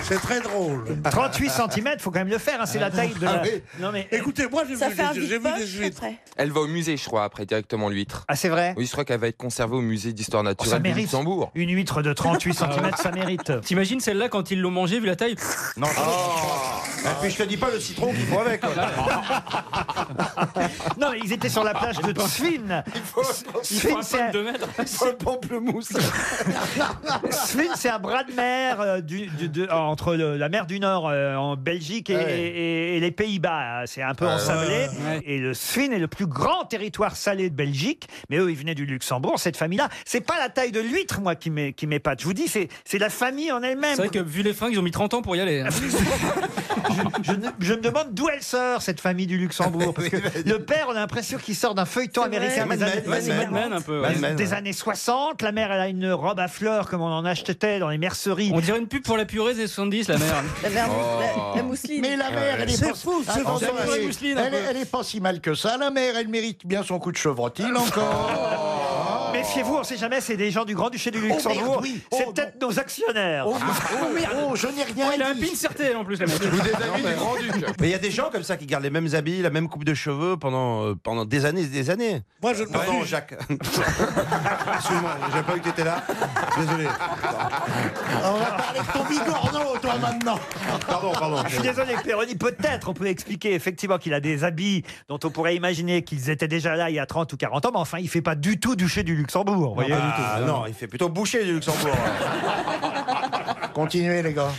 c'est très drôle. 38 cm, faut quand même le faire, hein, c'est la taille de la... Ah oui. Écoutez, moi, j'ai vu, des- j'ai vu des huîtres. Elle va au musée, je crois, après, directement l'huître. Ah, c'est vrai Oui, je crois qu'elle va être conservée au musée d'histoire Oh, ça naturelle du mérite Luxembourg. une huître de 38 cm, ça mérite. Ah T'imagines celle-là quand ils l'ont mangée vu la taille Oh. Non. Et puis je te dis pas le citron qui vont avec. quoi. Non, mais ils étaient sur la Ah, plage de Sphin. Sphin, c'est un- pamplemousse. Sphin, c'est un bras de mer euh, du- du- de- entre le- la mer du Nord euh, en Belgique et, Ouais. et- et les Pays-Bas. C'est un peu Ouais, ensablé. ouais, Et le Sphin est le plus grand territoire salé de Belgique. Mais eux, ils venaient du Luxembourg, cette famille-là. C'est pas la taille de l'huître, moi, qui m'é- qui m'épate. Je vous dis, c'est c'est la famille en elle-même. C'est vrai que vu les fringues, ils ont mis 30 ans pour y aller. hein. je, ne- je me demande d'où elle sort, cette famille du Luxembourg. Parce que le père, on a l'impression qu'il sort d'un feuilleton vrai. américain Mad des années, Men, Mad Men. Mad Men, un peu, ouais. des- Mad Men, des ouais. années 60. La mère, elle a une robe à fleurs comme on en achetait dans les merceries. On dirait une pub pour la purée des 70, la mère. La mère- Oh. la- la mousseline. Mais la mère, elle est C'est pas- fou, Ah, c'est bon, fou. ça, La c'est- mousseline, un elle, peu. est- elle est pas si mal que ça, la mère, elle mérite bien son coup de chevrotine encore. Méfiez-vous, on ne sait jamais, c'est des gens du Grand-Duché Oh, du Luxembourg. c'est peut-être nos actionnaires. Ah, oh, Oh, je n'ai rien Il a un pin certé en plus, la mère. Mais il y a des gens comme ça qui gardent les mêmes habits, la même coupe de cheveux pendant, euh, pendant des années et des années. Moi, je ne Pardon, peux plus. Jacques. Excuse-moi, j'ai pas eu que t'étais là. Désolé. On va parler de ton bigorneau, toi, maintenant. Pardon, pardon. Je suis désolé, Péroni, peut-être on peut expliquer effectivement qu'il a des habits dont on pourrait imaginer qu'ils étaient déjà là il y a 30 ou 40 ans, mais enfin, il fait pas du tout duché du Luxembourg. vous voyez. Ah, non, il fait plutôt boucher du Luxembourg. Continuez, les gars.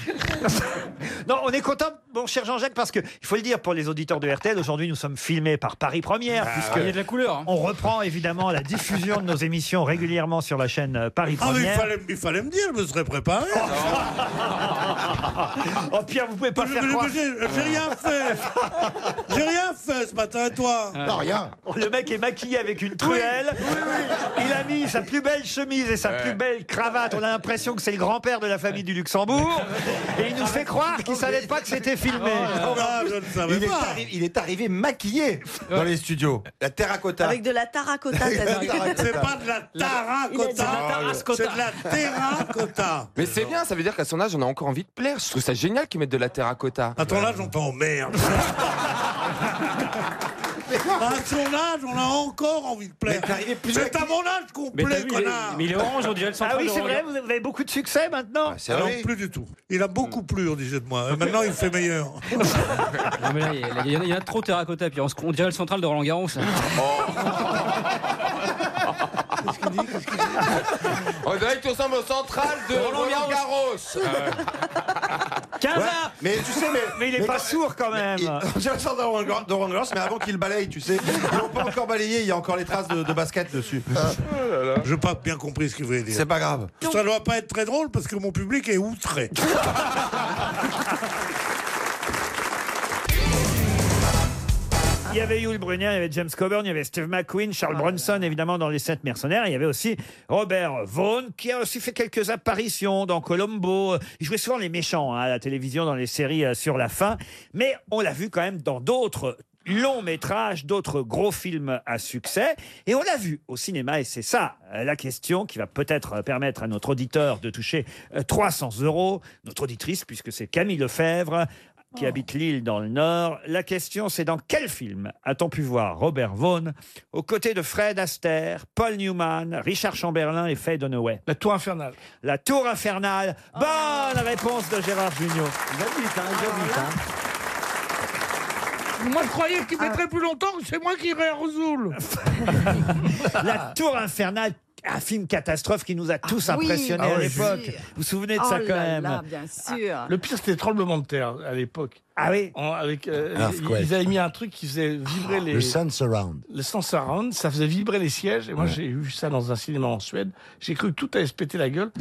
Non, on est content, mon cher Jean-Jacques, parce que il faut le dire pour les auditeurs de RTL, aujourd'hui nous sommes filmés par Paris Première, puisque Ah, Il y a de la couleur. hein. on reprend évidemment la diffusion de nos émissions régulièrement sur la chaîne euh, Paris Ah, mais il Première. fallait, il fallait me dire, je me serais préparé. Oh Pierre, vous pouvez pas Je- faire Ah, je- croire. J'ai j'ai rien fait. J'ai rien fait ce matin, et toi Non, rien. Le mec est maquillé avec une truelle. Il a mis sa plus belle chemise et sa plus belle cravate. On a l'impression que c'est le grand-père de la famille du Luxembourg. Et il nous fait croire qu'il savait pas que c'était filmé. Ah, je ne savais Il est, pas. arri- il est arrivé maquillé dans les studios. La terracotta. Avec de la taracota, t'as dit. C'est pas de la taracota, c'est de la terracotta. Mais c'est bien, ça veut dire qu'à son âge, on a encore envie de plaire. Je trouve ça génial qu'ils mettent de la terracotta. À ton âge, on t'emmerde. À son âge, on a encore envie de plaire. C'est à mon âge Mais t'as complet, vu, il est- connard. mais il est orange, on dirait le central Ah oui, de c'est Rouen. vrai, vous avez beaucoup de succès maintenant. c'est non, vrai. plus du tout. Il a Mm. beaucoup plu, on disait de moi. Euh, Maintenant, il fait meilleur. Non, mais là, il y a- il y, en a- il y en a trop terracotta. Puis on, se- on dirait le central de Roland Garros. hein. là. On dirait que tu ressembles au central de Roland Garros. Ah Casa Mais tu sais, mais. Mais il est mais pas quand- sourd quand même. Il- On dirait le sort de Roland Gar- de Roland Garros, mais avant qu'il balaye, tu sais. Ils l'ont pas encore balayé, il y a encore les traces de, de basket dessus. Ah. Je n'ai pas bien compris ce qu'il voulait dire. C'est pas grave. Ça ne doit pas être très drôle parce que mon public est outré. Il y avait Yul Brunner, il y avait James Coburn, il y avait Steve McQueen, Charles Bronson, évidemment, dans Les Sept Mercenaires. Il y avait aussi Robert Vaughn, qui a aussi fait quelques apparitions dans Colombo. Il jouait souvent les méchants hein, à la télévision, dans les séries euh, sur la fin. Mais on l'a vu quand même dans d'autres longs métrages, d'autres gros films à succès. Et on l'a vu au cinéma, et c'est ça euh, la question qui va peut-être euh, permettre à notre auditeur de toucher euh, 300 euros, notre auditrice, puisque c'est Camille Lefebvre, qui habite Lille dans le Nord. La question, c'est dans quel film a-t-on pu voir Robert Vaughn aux côtés de Fred Astaire, Paul Newman, Richard Chamberlain et Faye Dunaway La Tour Infernale. La Tour Infernale. Bonne réponse de Gérard Junior. hein, Moi, je croyais Ah. qu'il mettrait plus longtemps que c'est moi qui irais à Rosoul. La Tour Infernale. Un film catastrophe qui nous a tous Ah oui, impressionnés ah à ouais, l'époque. sûr. Vous vous souvenez de ça quand même bien sûr. Ah, Le pire, c'était le tremblement de terre à l'époque. Ah oui En- avec, euh, Ah, Earthquake. Ah, ils avaient mis un truc qui faisait vibrer les. Le Sun Surround. Le Sun Surround, ça faisait vibrer les sièges. Et moi, Ouais. j'ai vu ça dans un cinéma en Suède. J'ai cru que tout allait se péter la gueule.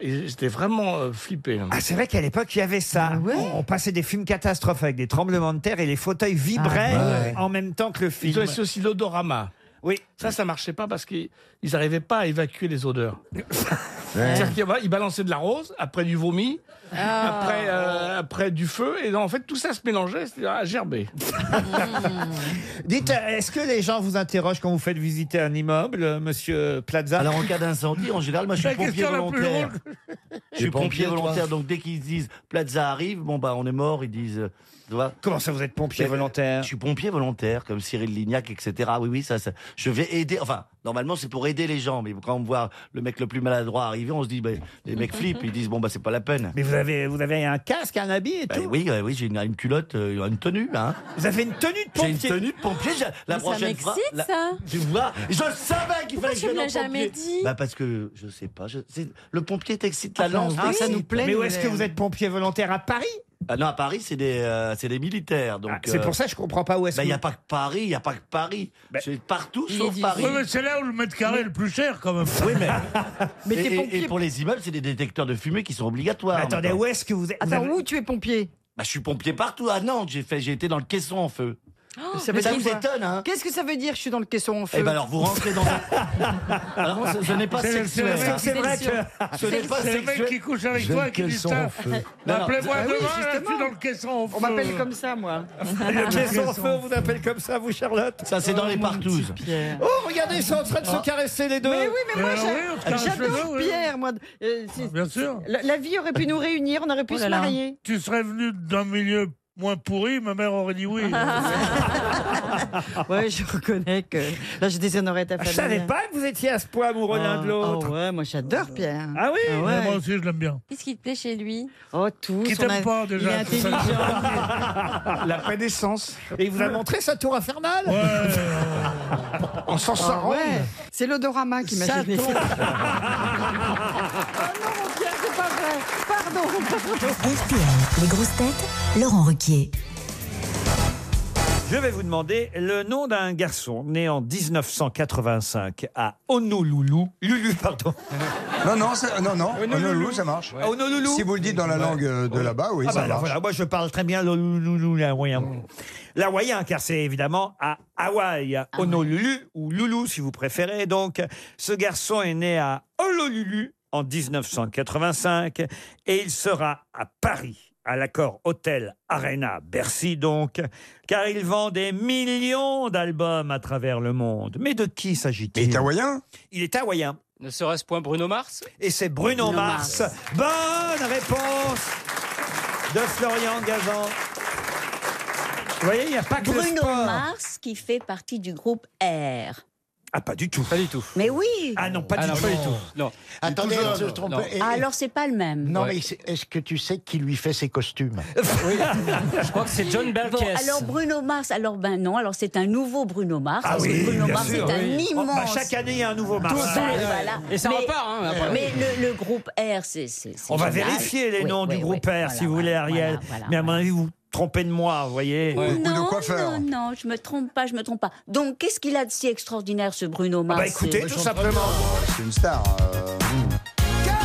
Et j'étais vraiment euh, flippé. Ah, c'est vrai qu'à l'époque, il y avait Ah ça. On, on passait des films catastrophes avec des tremblements de terre et les fauteuils vibraient Ah ouais. euh, en même temps que le film. Ils ont essayé aussi l'odorama. Oui. Ça, ça marchait pas parce qu'ils n'arrivaient pas à évacuer les odeurs. C'est-à-dire qu'il y avait- il balançait de la rose, après du vomi, Ah. après, euh, après du feu, et en fait tout ça se mélangeait, c'était à gerber. Dites, euh, est-ce que les gens vous interrogent quand vous faites visiter un immeuble, euh, monsieur Plaza Alors, en cas d'incendie, en général, moi, je suis La pompier question la plus volontaire. drôle. Je suis pompier volontaire, donc dès qu'ils disent Plaza arrive, bon bah on est mort, ils disent. euh, tu vois Euh, Comment ça vous êtes pompier volontaire Je suis pompier volontaire, comme Cyril Lignac, etc. Oui, oui, ça, ça- je vais aider. Enfin, normalement c'est pour aider les gens, mais quand on voit le mec le plus maladroit arriver, on se dit, bah, les mecs flippent, ils disent bon bah c'est pas la peine. Mais vous avez, vous avez un casque, un habit et Bah tout oui, euh, oui, j'ai une, une culotte, euh, une tenue. Hein. Vous avez une tenue de pompier. J'ai une tenue de pompier. j'ai- La Mais ça prochaine m'excite, fois, la- ça. Tu vois, je savais qu'il Pourquoi fallait que tu je me l'as vienne en jamais pompier. dit Bah parce que je sais pas. je- c'est- le pompier t'excite Ah, la hein. lance. oui. t'excite. Mais où est-ce que vous êtes pompier volontaire à Paris Ah non, à Paris, c'est des, euh, c'est des militaires. Donc Ah, C'est euh, pour ça que je comprends pas où est-ce bah, que Bah, il n'y vous- a pas que Paris, il n'y a pas que Paris. c'est partout sauf Paris. Ouais, mais c'est là où le mètre carré est le plus cher, quand même. Oui, mais. Mais et, t'es et- pompier- et pour les immeubles, c'est des détecteurs de fumée qui sont obligatoires. Mais attendez, maintenant. où est-ce que vous êtes vous Attends, avez- où tu es pompier bah, Je suis pompier partout. À Nantes, j'ai fait- j'ai été dans le caisson en feu. Ça, Mais ça vous quoi étonne, hein Oh, Qu'est-ce que ça veut dire Je suis dans le caisson en feu. Eh ben alors, vous rentrez dans. alors, Ah, ce, ce n'est pas C'est- c'est sexuel. le mec- c'est vrai que- Ce n'est pas C'est le mec sexuel. qui couche avec toi et qui dit ça. Appelez-moi Ah demain, là, je suis dans le caisson en feu. On m'appelle comme ça, moi. Le caisson en feu, on vous appelle comme ça, vous, Charlotte Ça, c'est dans les partous. Oh, regardez, ils sont en train de Ah. Ah. se caresser les deux. Mais oui, mais moi, Euh, j'a- oui, on se caresse les j'adore deux, oui. Pierre. Moi, Euh, c'est- Bien sûr. Oh La, la vie aurait pu nous réunir, on aurait pu se marier. Tu serais venu d'un milieu moins pourri, ma mère aurait dit oui. ouais, je reconnais que là, je déshonorais ta famille. Je savais Ah, pas que vous étiez à ce point amoureux l'un de l'autre. ouais, moi j'adore Pierre. Ah oui Mais Moi aussi, je l'aime bien. Qu'est-ce qui te plaît chez lui Oh, tout. Qui son t'aime a- pas, déjà, Il est tout ça. intelligent. La prédescence. Et il vous a montré sa tour infernale On s'en sort Ah ouais. C'est l'odorama qui m'a Ça gêné. tombe. Pierre, c'est pas vrai. Pardon. RTL, les grosses têtes, Laurent Ruquier. Je vais vous demander le nom d'un garçon né en 1985 à Honolulu. Lulu, pardon. Non, non, ça- non, non. Honolulu, ça marche. Ah, Honolulu. Si vous le dites dans la Ouais. langue euh, de Ouais. là-bas, oui, Ah ça bah, là, marche. voilà. Moi, je parle très bien l'Honolulu, l'Hawaïen. L'Hawaïen, car c'est évidemment à Hawaï, à Honolulu, ou Loulou, si vous préférez. Donc, ce garçon est né à Honolulu en 1985 et il sera à Paris, à l'accord Hôtel Arena à Bercy, donc, car il vend des millions d'albums à travers le monde. Mais de qui s'agit-il Il est Hawaïen Il est Hawaïen. Ne serait-ce point Bruno Mars Et c'est Bruno, Bruno Mars. Mars. Bonne réponse de Florian Gazan. Vous voyez, il n'y a pas que le Bruno sport. Mars qui fait partie du groupe R. Ah, pas du tout. Pas du tout. Mais oui Ah non, pas Ah du non, tout. pas du tout. Non. Attendez, Toujours, je non, me trompe. non. Et- Ah, alors c'est pas le même. Non, mais c'est- est-ce que tu sais qui lui fait ses costumes Je crois que c'est John Bon, Belkess. alors Bruno Mars, alors ben non, alors c'est un nouveau Bruno Mars. Ah parce que oui, Bruno bien Mars sûr, est un oui. immense. Oh, bah, chaque année, il y a un nouveau Mars. Tous Tous les- les- voilà. Et ça Mais- repart, hein, après. Mais le, le groupe R, c'est. c'est- c'est On va génial. vérifier les Oui, noms oui, du oui. groupe R, Voilà, si vous voulez, voilà, Ariel. voilà, Mais à mon avis, vous vous trompez de moi, vous voyez. Non, non, non, je me trompe pas, je me trompe pas. Donc, qu'est-ce qu'il a de si extraordinaire, ce Ah Bruno Mars bah, écoutez, C'est- tout simplement. C'est une star. euh,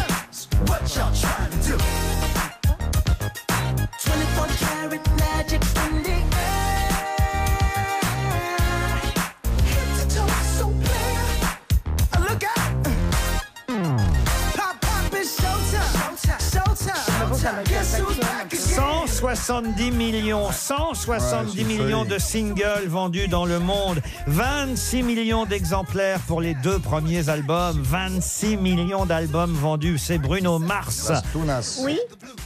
Ah bon, ça m'a fait un saxophone. 170 millions, 170 Ouais, c'est millions folie. de singles vendus dans le monde, 26 millions d'exemplaires pour les deux premiers albums, 26 millions d'albums vendus, c'est Bruno Mars. Oui,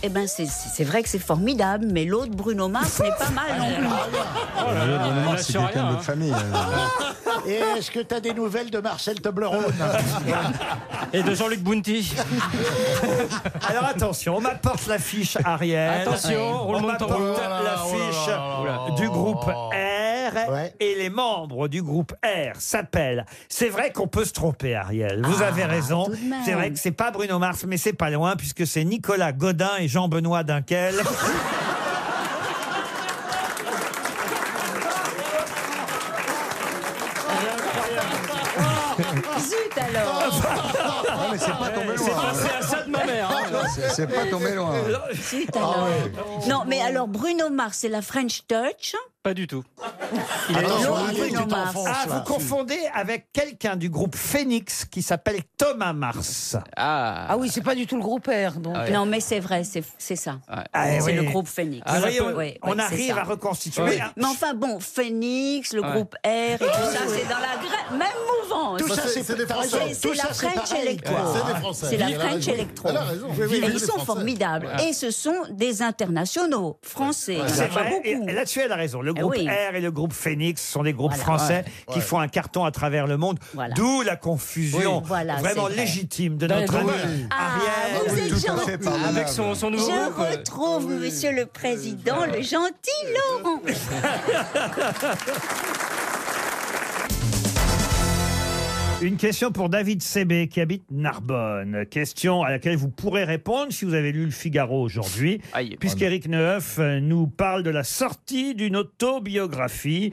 eh ben c'est- c'est c'est vrai que c'est formidable, mais l'autre Bruno Mars n'est pas mal non plus. Oh Bruno Mars, Oh c'est sur quelqu'un de rien, hein. notre famille. euh. Et est-ce que tu as des nouvelles de Marcel Toblerone Ah, Et de Jean-Luc Bounty. Alors attention, on m'apporte la fiche Ariel. Attention, on roulement de tambour. Oh m'apporte la fiche du groupe R et les membres du groupe R s'appellent. C'est vrai qu'on peut se tromper, Ariel. Vous Ah, avez raison. tout de même. C'est vrai que c'est pas Bruno Mars, mais c'est pas loin puisque c'est Nicolas Godin et Jean-Benoît Dunkel. Zut alors Ah, mais c'est pas tombé C'est loin. passé à ça de ma mère. hein. C'est- C'est pas tombé loin. Ah Zut alors. Non, mais alors Bruno Mars, c'est la French Touch. Pas du tout. Il est Attention, mort. Alex, tu t'enfonces, Ah, là. vous confondez avec quelqu'un du groupe Phoenix qui s'appelle Thomas Mars. Ah. oui, c'est pas du tout le groupe R. Donc. Ah ouais. Non, mais c'est vrai, c'est c'est ça. Ah, c'est oui. le groupe Phoenix. Ah, vous voyez, on- Ouais, on ouais, arrive c'est ça. à reconstituer Ouais. un- Mais enfin bon, Phoenix, le Ouais. groupe R et tout ça, oui. c'est dans la gra- même mouvance. Tout ça, c'est- c'est des Français. C'est- C'est Tout la ça, c'est French pareil. Electro. Ouais, c'est des Français. C'est la Elle a French raison. Electro. Elle a raison. Oui, oui, Et oui, ils les sont Français. formidables. Ouais. Et ce sont des internationaux français. Il y en a C'est pas vrai, et beaucoup. et là-dessus, elle a raison. Le Eh groupe oui. R et le groupe Phoenix sont des groupes Voilà. français Ouais. qui Ouais. font un carton à travers le monde, Voilà. d'où la confusion Oui. Voilà, vraiment c'est vrai. légitime de Dans notre les ami groupes. Ah, Ariel. vous êtes gentil. Avec son- son nouveau Je groupe, euh. ouais. retrouve, monsieur le président, le gentil Laurent. Une question pour David Sébé qui habite Narbonne. Question à laquelle vous pourrez répondre si vous avez lu le Figaro aujourd'hui. Puisqu'Éric Neuf euh, nous parle de la sortie d'une autobiographie.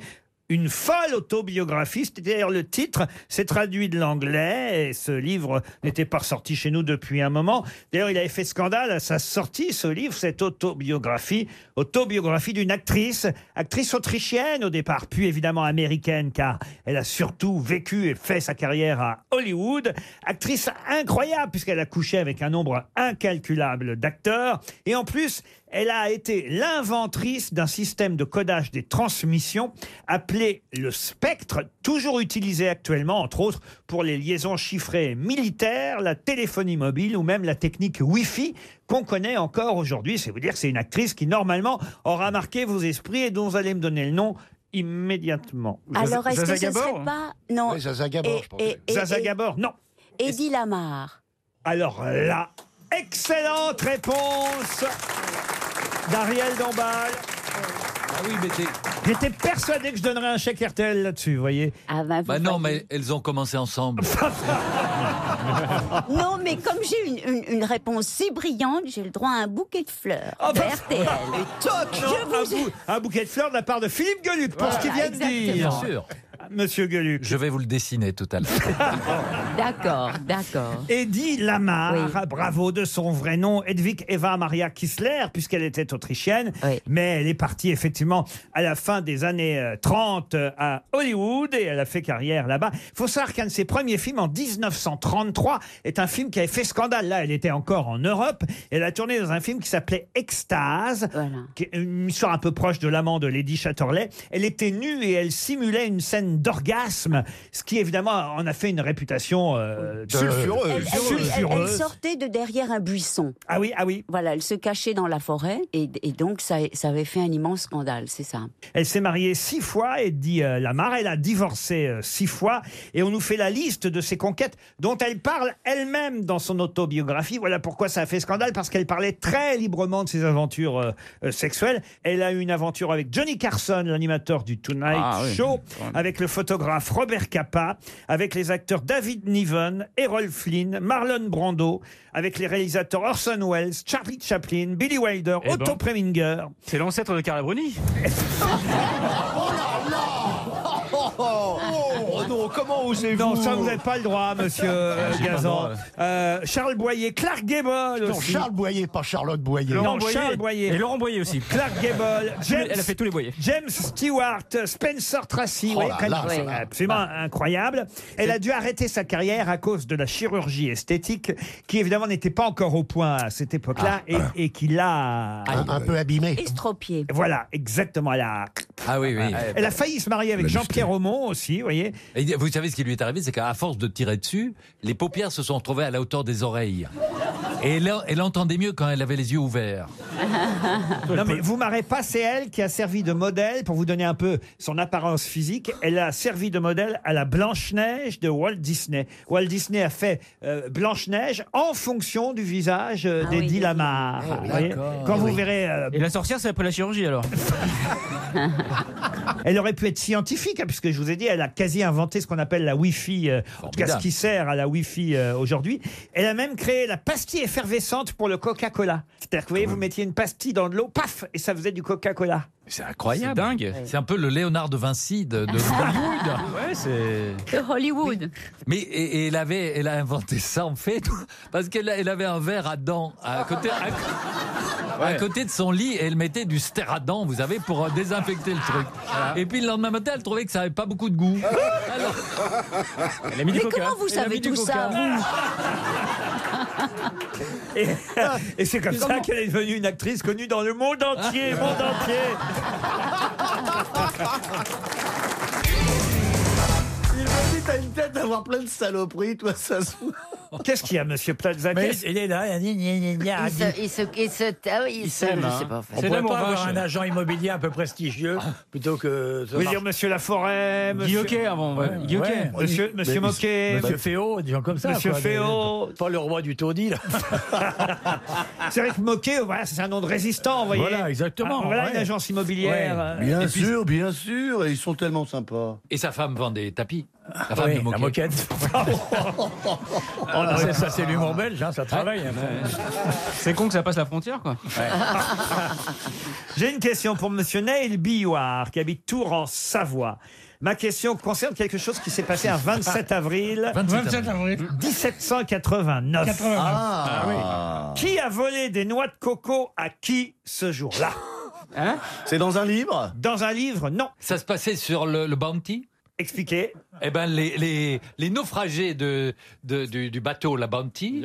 Une folle autobiographie, c'était d'ailleurs le titre, c'est traduit de l'anglais, et ce livre n'était pas sorti chez nous depuis un moment. D'ailleurs, il avait fait scandale à sa sortie, ce livre, cette autobiographie, autobiographie d'une actrice, actrice autrichienne au départ, puis évidemment américaine, car elle a surtout vécu et fait sa carrière à Hollywood. Actrice incroyable, puisqu'elle a couché avec un nombre incalculable d'acteurs. Et en plus, elle a été l'inventrice d'un système de codage des transmissions appelé le spectre, toujours utilisé actuellement, entre autres, pour les liaisons chiffrées militaires, la téléphonie mobile ou même la technique Wi-Fi qu'on connaît encore aujourd'hui. C'est vous dire que c'est une actrice qui, normalement, aura marqué vos esprits et dont vous allez me donner le nom immédiatement. Alors, est-ce que ce serait pas... Non. Et- et- et- Zaza et- Gabor, non. Eddie Lamar. Alors là, excellente réponse d'Ariel Dombal. Ah oui, mais J'étais persuadé que je donnerais un chèque RTL là-dessus, vous voyez. Ah ben, vous Bah non, voyez. mais elles ont commencé ensemble. Non, mais comme j'ai une, une- une réponse si brillante, j'ai le droit à un bouquet de fleurs. Ah, bah, de RTL. Non, un, bou- un bouquet de fleurs de la part de Philippe Gueluc, pour ce qu'il vient Voilà, de dire. exactement. Bien sûr. Monsieur Gueluc. Je vais vous le dessiner tout à l'heure. D'accord, d'accord. Eddie Lamar, bravo de son vrai nom, Hedwig Eva Maria Kissler, puisqu'elle était autrichienne, mais elle est partie effectivement à la fin des années euh, 30 euh, à Hollywood et elle a fait carrière là-bas. faut savoir qu'un de ses premiers films en 1933 est un film qui avait fait scandale. Là, elle était encore en Europe. Elle a tourné dans un film qui s'appelait Extase, qui est une histoire un peu proche de l'amant de Lady Chatterley. Elle était nue et elle simulait une scène d'orgasme, ce qui évidemment en a fait une réputation euh, de- Elle- elle- elle- Elle, Sulfureuse. sortait de derrière un buisson. Ah oui, ah oui. Voilà, elle se cachait dans la forêt et, et donc ça, ça avait fait un immense scandale, c'est ça. Elle s'est mariée six fois, et dit euh, Lamar. Elle a divorcé euh, six fois. Et on nous fait la liste de ses conquêtes dont elle parle elle-même dans son autobiographie. Voilà pourquoi ça a fait scandale, parce qu'elle parlait très librement de ses aventures euh, euh, sexuelles. Elle a eu une aventure avec Johnny Carson, l'animateur du Tonight Ah oui. Show, avec le photographe Robert Capa, avec les acteurs David Niven, Errol Flynn, Marlon Brando, avec les réalisateurs Orson Welles, Charlie Chaplin, Billy Wilder, Eh ben. Otto Preminger. C'est l'ancêtre de Carla Bruni. Oh oh, non, comment osez-vous Non, ça, vous n'avez pas le droit, monsieur euh, Ah, j'ai pas le droit, Gazan. ouais. Euh, Charles Boyer, Clark Gable Non, aussi. Charles Boyer, pas Charlotte Boyer. Laurent non, Boyer Charles Boyer. et Laurent Boyer aussi. Clark Gable. James, Elle a fait tous les Boyer. James Stewart, Spencer Tracy. Oh ouais, là quand- là, c'est ça- absolument incroyable. Elle a dû arrêter sa carrière à cause de la chirurgie esthétique, qui évidemment n'était pas encore au point à cette époque-là et, et qui l'a... Un- un peu abîmée. Estropiée. Voilà, exactement. Elle a, Ah oui, oui. elle a failli se marier avec La Jean-Pierre Aumont aussi, vous voyez. Et vous savez ce qui lui est arrivé, c'est qu'à force de tirer dessus, les paupières se sont retrouvées à la hauteur des oreilles. Et elle, elle entendait mieux quand elle avait les yeux ouverts. Non mais vous marrez pas, c'est elle qui a servi de modèle pour vous donner un peu son apparence physique. Elle a servi de modèle à la Blanche Neige de Walt Disney. Walt Disney a fait Blanche Neige en fonction du visage euh, Ah oui, d'Eddie d'Eddie. Lamar. Ah, Vous voyez d'accord. Quand Eh vous oui. verrez, euh, Et la sorcière, c'est après la chirurgie alors elle aurait pu être scientifique hein, puisque je vous ai dit, elle a quasi inventé ce qu'on appelle la Wi-Fi, euh, en tout cas ce Formidable. qui sert à la Wi-Fi euh, aujourd'hui. Elle a même créé la pastille effervescente pour le Coca-Cola. C'est-à-dire que vous voyez, vous mettiez une pastille dans de l'eau, paf, et ça faisait du Coca-Cola. C'est incroyable. C'est dingue. C'est un peu le Léonard de Vinci de, de Hollywood. Ouais, c'est. De Hollywood. Mais et, et elle avait, elle a inventé ça en fait parce qu'elle a- elle avait un verre à dents à côté, à, co- à côté de son lit et elle mettait du stéradent, vous savez, pour euh, désinfecter le truc. Et puis le lendemain matin, elle trouvait que ça avait pas beaucoup de goût. Alors, Elle a mis du Mais coca. comment vous Elle a savez mis du tout coca. ça, vous Et, et c'est comme ça Comment qu'elle est devenue une actrice connue dans le monde entier, monde entier. Il m'a dit, t'as une tête d'avoir plein de saloperies, toi, ça se fout. Qu'est-ce qu'il y a, monsieur Plaza Qu'est-ce- est là, il a dit, gna, gna, gna, Il se, il se, il se, ah oui, il se- Ah, s'aime, je hein. sais pas. en fait. On pourrait pas avoir un agent immobilier un peu prestigieux plutôt que. Vous voulez dire monsieur Laforêt, Guy monsieur... Hoquet avant, ouais. Guy Hoquet. Monsieur, monsieur Mais- Moquet. Monsieur Féo, des gens comme ça. Monsieur quoi, des- Féo. Pas le roi du taudis, là. C'est vrai que Moquet, voilà, c'est un nom de résistant, vous voyez. Voilà, exactement, Ah, voilà ouais. une agence immobilière. euh, Bien et puis- sûr, bien sûr, et ils sont tellement sympas. et sa femme vend des tapis. La femme Oui, de la Moquet. moquette. Ah, c'est- ça, c'est l'humour belge, hein, ça travaille. hein. C'est con que ça passe la frontière, quoi. J'ai une question pour Monsieur Neil Billouard, qui habite Tours en Savoie. Ma question concerne quelque chose qui s'est passé un 27 avril, 27 avril. 1789. 89. Ah, Qui a volé des noix de coco à qui ce jour-là C'est dans un livre Dans un livre, non. Ça se passait sur le, le Bounty Expliquez. Eh ben les, les, les naufragés de, de- du, du bateau, la Bounty.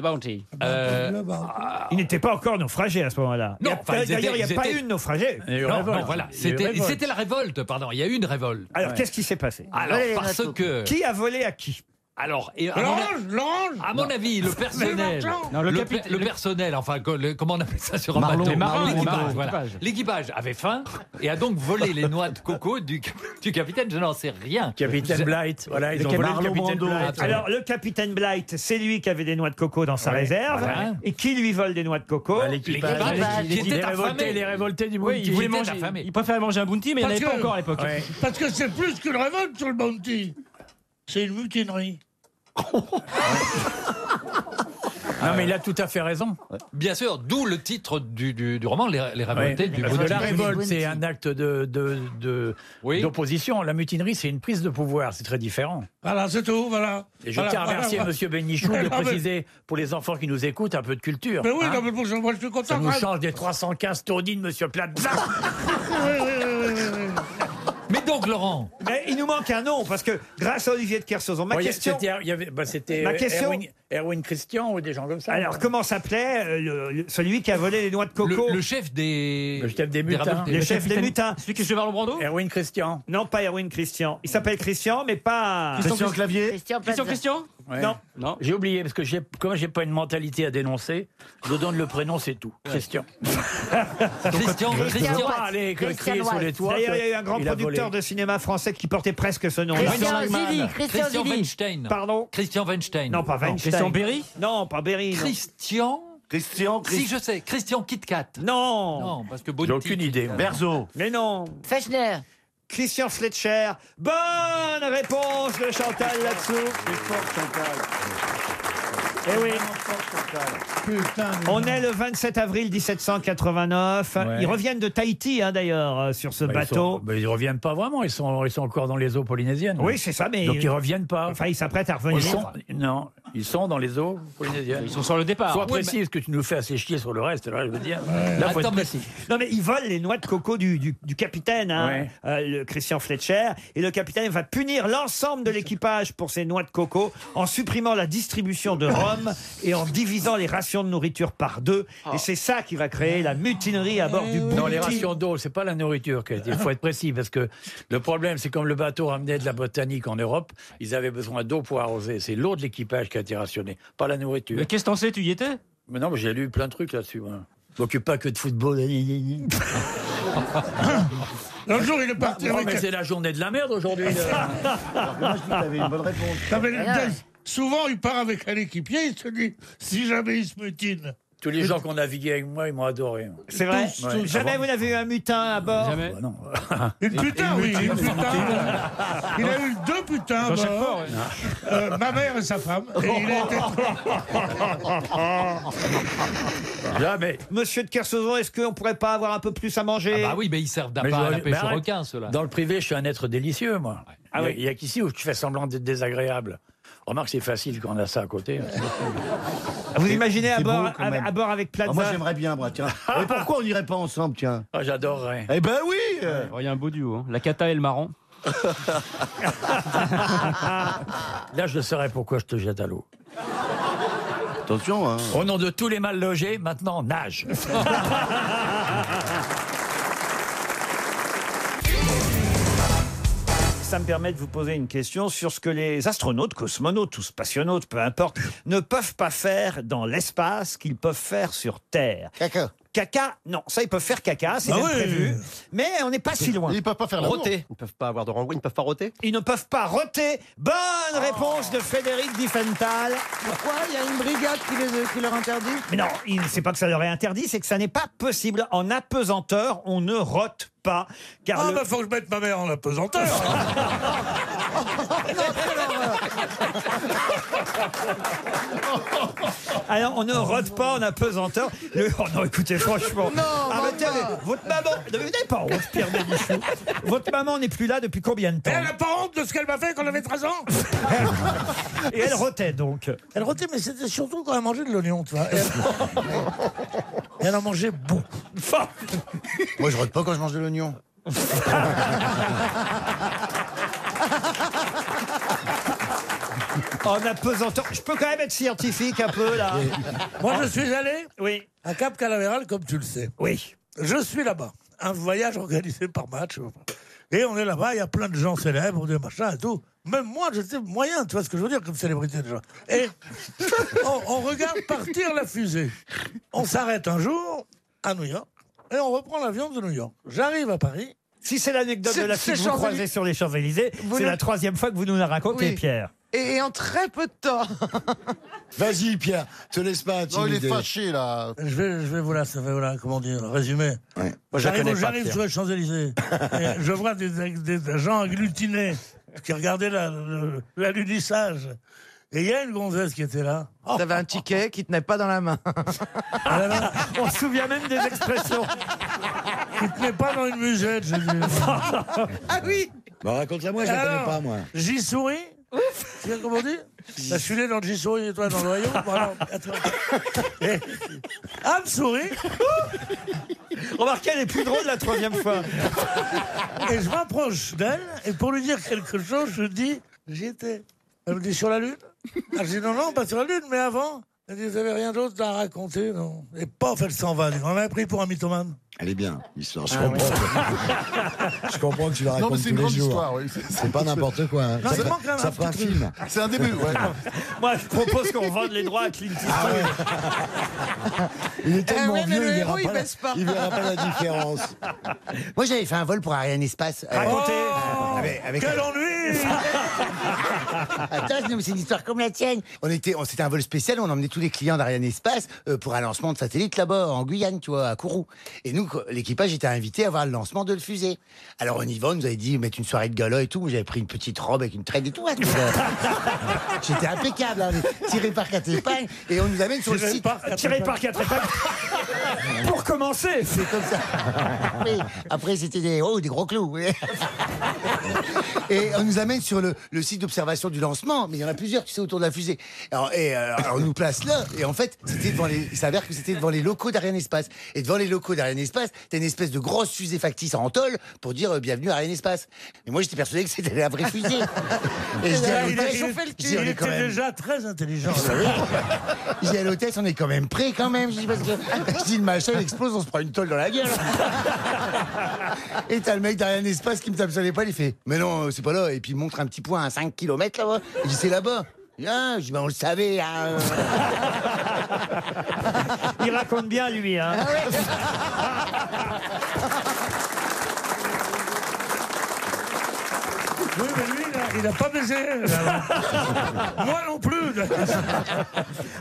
Euh, Le Bounty. Ils n'étaient pas encore naufragés à ce moment-là. Il y a- Ah. Non, enfin, ils D'ailleurs, il n'y étaient- a pas ils étaient- eu de naufragés. non, non, voilà. C'était c'était la révolte, pardon. Il y a eu une révolte. Alors, qu'est-ce qui s'est passé Alors, Allez, parce Renato. que. Qui a volé à qui Alors, et à mon L'orange, a- l'orange à mon avis, le personnel, Non, le le, capitaine- pe- le personnel, enfin, co- le- comment on appelle ça sur un Marlon, bateau les marins, les L'équipage, marins, voilà. l'équipage. L'équipage avait faim et a donc volé les noix de coco du, cap- du capitaine. Je n'en sais rien. Capitaine Je- Blight, voilà, ils ont volé le capitaine Blight. Alors, le capitaine Blight, c'est lui qui avait des noix de coco dans sa Ouais, réserve. voilà. Et qui lui vole des noix de coco Bah, L'équipage. L'équipage. Les révoltés, les révoltés du Oui, bounty. il voulait manger. Il préférait manger un bounty, mais il n'y en avait pas encore à l'époque. Ouais. Parce que c'est plus qu'une révolte sur le Bounty. C'est une mutinerie. Ah Non, mais il a tout à fait raison. Bien sûr, d'où le titre du, du- du roman, Les, les révoltés Ouais. du Parce que Bounty. la révolte, c'est un acte de, de- de- d'opposition. La mutinerie, c'est une prise de pouvoir. C'est très différent. Voilà, c'est tout, voilà. Et je Voilà, tiens à voilà, remercier voilà. Ah, Monsieur Bénichou Mais de non, mais- préciser pour les enfants qui nous écoutent un peu de culture. Mais oui, hein. non, mais pour ça, moi, je suis ça content. nous hein. change des 315 taudis de Monsieur Plaza. Oui, oui, oui, oui, oui, oui. Mais donc, Laurent Mais il nous manque un nom, parce que grâce à Olivier de Kersauzon, ma Ouais, question... c'était- il y avait- bah, C'était Ma euh, question- Erwin, Erwin Christian ou des gens comme ça. Hein. Alors, comment s'appelait euh, le- le- celui qui a volé les noix de coco Le, le chef des. Le chef des mutins. révoltés. Le chef des mutins. Celui qui se Marlon Brando Erwin Christian. Non, pas Erwin Christian. Il s'appelle Christian, mais Ah. pas... Clavier Christian Plaza. Christian Christian Ouais. Non. Non, j'ai oublié parce que j'ai, comme j'ai pas une mentalité à dénoncer, je donne le prénom, c'est tout. Christian. Christian, Je Christian. peux pas aller que- Christian crier sur White. les toits. D'ailleurs, que il y a eu un grand il a producteur volé. de cinéma français qui portait presque ce nom-là. Christian Christian Langman. Zilli, Christian, Christian Zilli. Weinstein. Pardon Christian Weinstein. Non, pas Weinstein. Christian Berry Non, pas Berry. non. Christian. Christian, Si, je sais. Christian KitKat. Non. Non, parce que euh, J'ai aucune idée. Berzo. Mais non. Fechner. Christian Fletcher. Bonne réponse de Chantal là-dessous. Eh oui. Putain, mais On non. est le 27 avril 1789. Ils reviennent de Tahiti, hein, d'ailleurs, euh, sur ce Bah, ils sont- bateau. bah, ils reviennent pas vraiment, ils sont, ils sont encore dans les eaux polynésiennes. Oui, c'est ça, mais- Donc ils reviennent pas. Enfin, ils s'apprêtent à Ils revenir. sont, non, ils sont dans les eaux polynésiennes. Ils sont sur le départ. Sois Oui, précis, parce que tu nous fais assez chier sur le reste, là, je veux dire. Là, faut être Attends, mais- précis. Non, mais ils volent les noix de coco du, du- du capitaine, hein, Ouais. euh, le Christian Fletcher. Et le capitaine va punir l'ensemble de l'équipage pour ces noix de coco en supprimant la distribution de rhum et en divisant les rations de nourriture par deux. Ah. Et c'est ça qui va créer la mutinerie à bord du Non, les Bounty. rations d'eau, c'est pas la nourriture. qui a été- Il faut être précis parce que le problème, c'est comme le bateau ramenait de la botanique en Europe, ils avaient besoin d'eau pour arroser. C'est l'eau de l'équipage qui a été rationnée, pas la nourriture. Mais qu'est-ce que t'en sais Tu y étais Mais non, mais j'ai lu plein de trucs là-dessus. moi. Je m'occupe pas que de football. L'autre jour, il est parti Non, avec. mais c'est la journée de la merde aujourd'hui. là. Non, mais le- Souvent, il part avec un équipier, il se dit si jamais il se mutine, Tous les gens qui ont navigué avec moi, ils m'ont adoré. hein. C'est vrai Tous, tous. Jamais vous n'avez eu un mutin à bord Jamais. non. Une putain, oui, une putain. Il a eu deux putains. Dans chaque bah, port, ouais. euh, ma mère et sa femme. Et il a été Jamais. Monsieur de Kersauzon, est-ce qu'on pourrait pas avoir un peu plus à manger Ah bah oui, mais ils servent d'appât Mais à je- la pêche mais au arrête. requin, ceux-là. Dans le privé, je suis un être délicieux, moi. Ah il y a, oui. il y a qu'ici où tu fais semblant d'être désagréable. Remarque, c'est facile quand on a ça à côté. Ah, Vous imaginez à c'est bord, beau, quand à, même. à bord avec Plaza Ah, moi, j'aimerais bien, moi, tiens. Mais pourquoi on n'irait pas ensemble, tiens Ah, j'adorerais. Eh ben oui Ouais, Il y a un beau duo, hein. la cata et le marron. Là, je saurais pourquoi je te jette à l'eau. Attention, hein. Au nom de tous les mal logés, maintenant, nage. Ça me permet de vous poser une question sur ce que les astronautes, cosmonautes ou spationautes, peu importe, ne peuvent pas faire dans l'espace qu'ils peuvent faire sur Terre. Caca. Caca, non, ça ils peuvent faire caca, c'est Bah Ah même oui. prévu. Mais on n'est pas si loin. Ils peuvent pas faire l'amour. Roter. Ils peuvent pas avoir de renvoi, ils ne peuvent pas roter. Ils ne peuvent pas roter. Bonne réponse de Frédéric Diffenthal. Pourquoi Il y a une brigade qui, les, qui leur interdit Mais non, il ne sait pas que ça leur est interdit, c'est que ça n'est pas possible. En apesanteur, on ne rote pas. Car Ah, le- bah, faut que je mette ma mère en apesanteur. Alors, on ne rote pas en apesanteur. Le- Oh non, écoutez, franchement. Ah, Non, arrêtez. maman. Votre maman. Ne vous n'avez pas honte, Pierre Bénichou. Votre maman n'est plus là depuis combien de temps Elle n'a pas honte de ce qu'elle m'a fait quand j'avais 13 ans. Et elle rotait donc. Elle rotait, mais c'était surtout quand elle mangeait de l'oignon, tu vois. Elle, elle en mangeait beaucoup. Moi, je rote pas quand je mange de l'oignon. En apesanteur. Je peux quand même être scientifique un peu, là. Moi, je suis allé oui. à Cap Canaveral, comme tu le sais. Oui. Je suis là-bas. Un voyage organisé par match. Et on est là-bas, il y a plein de gens célèbres, des machins et tout. Même moi, j'étais moyen, tu vois ce que je veux dire, comme célébrité déjà. Et on, on regarde partir la fusée. On s'arrête un jour à New York et on reprend l'avion de New York. J'arrive à Paris. Si c'est l'anecdote C'est- de la fille c'est que vous Champs-Élysées. croisez sur les Champs-Élysées, Vous c'est nous- la troisième fois que vous nous la racontez, Oui. Pierre. Et, et en très peu de temps. Vas-y, Pierre, te laisse pas Non, il est intimider. fâché, là. Je vais, je vais vous la, ça fait, voilà, comment dire, résumer. Moi, je la J'arrive connais pas, j'arrive Pierre. sur les Champs-Élysées. et je vois des, des gens agglutinés qui regardaient la- le- l'alunissage. Et il y a une gonzesse qui était là. T'avais un ticket qui tenait pas dans la main. On se souvient même des expressions. Qui tenait pas dans une musette, je dis. Ah oui Bah, raconte-la-moi, je la connais Alors, pas, moi. J'y souris. Tu sais comment on dit Bah, Je suis né dans le j'y souris et toi dans le royaume. Bon, alors, attends. Et- Ah, me souris Remarquez, elle est plus drôle la troisième fois. Et je m'approche d'elle, et pour lui dire quelque chose, je dis J'étais. Elle me dit Sur la Lune Ah, Je dis Non, non, pas sur la Lune, mais avant. Elle dit Vous avez rien d'autre à raconter Non. Et pof, elle s'en va. Elle dit, On m'a pris pour un mythomane. Elle est bien, l'histoire. Je, Ah, comprends que... je comprends que tu la Non, mais racontes c'est tous une les grande jours. histoire, oui. C'est- C'est pas n'importe quoi. hein. Non, ça il ferait- manque un- un ça ferait un petit film. truc. C'est un début, ouais. Moi, je propose qu'on vende les droits à Clint Eastwood. Ah Il est tellement ouais, mais vieux, le il verra héros, il pas la- baisse pas. il verra pas la différence. Moi, j'avais fait un vol pour Ariane Espace. Euh, avec- avec- Oh Quel ennui Attends, non, mais c'est une histoire comme la tienne. On était, on- c'était un vol spécial, on emmenait tous les clients d'Ariane Espace euh, pour un lancement de satellite là-bas, en Guyane, tu vois, à Kourou. Et nous, quoi, l'équipage était invité à voir le lancement de la fusée. Alors on y va, on nous avait dit mettre une soirée de gala et tout. Moi, j'avais pris une petite robe avec une traîne et tout. hein, tu vois. J'étais impeccable, hein, tiré par quatre épingles. Et on nous amène sur le Tiré site. par quatre Tiré par épingles. quatre épingles. Pour commencer. C'est comme ça. Oui. Après, c'était des, oh, des gros clous. oui. Et on nous amène sur le, le site d'observation du lancement, mais il y en a plusieurs, tu sais, autour de la fusée. Alors, et, euh, alors, on nous place là, et en fait, c'était devant les, il s'avère que c'était devant les locaux d'Ariane Espace. Et devant les locaux d'Ariane Espace, t'as une espèce de grosse fusée factice en tôle pour dire euh, bienvenue à Ariane Espace. Et moi, j'étais persuadé que c'était la vraie fusée. Et je dis à Il l'hôtesse, est- il est- je dis, on il est quand était même- déjà très intelligent. je dis euh, à l'hôtesse, on est quand même prêt quand même. Je dis, parce que si le machin il explose, on se prend une tôle dans la gueule. Et t'as le mec derrière un espace qui me tape sur l'épaule, il fait Mais non, c'est pas là. Et puis il montre un petit point à 5 km là-bas. Je dis C'est là-bas. Il dit, Ah, je dis, bah, on le savait. hein. Il raconte bien, lui. Hein. Ah Oui, mais lui, il a- il n'a pas baisé. alors. Moi non plus.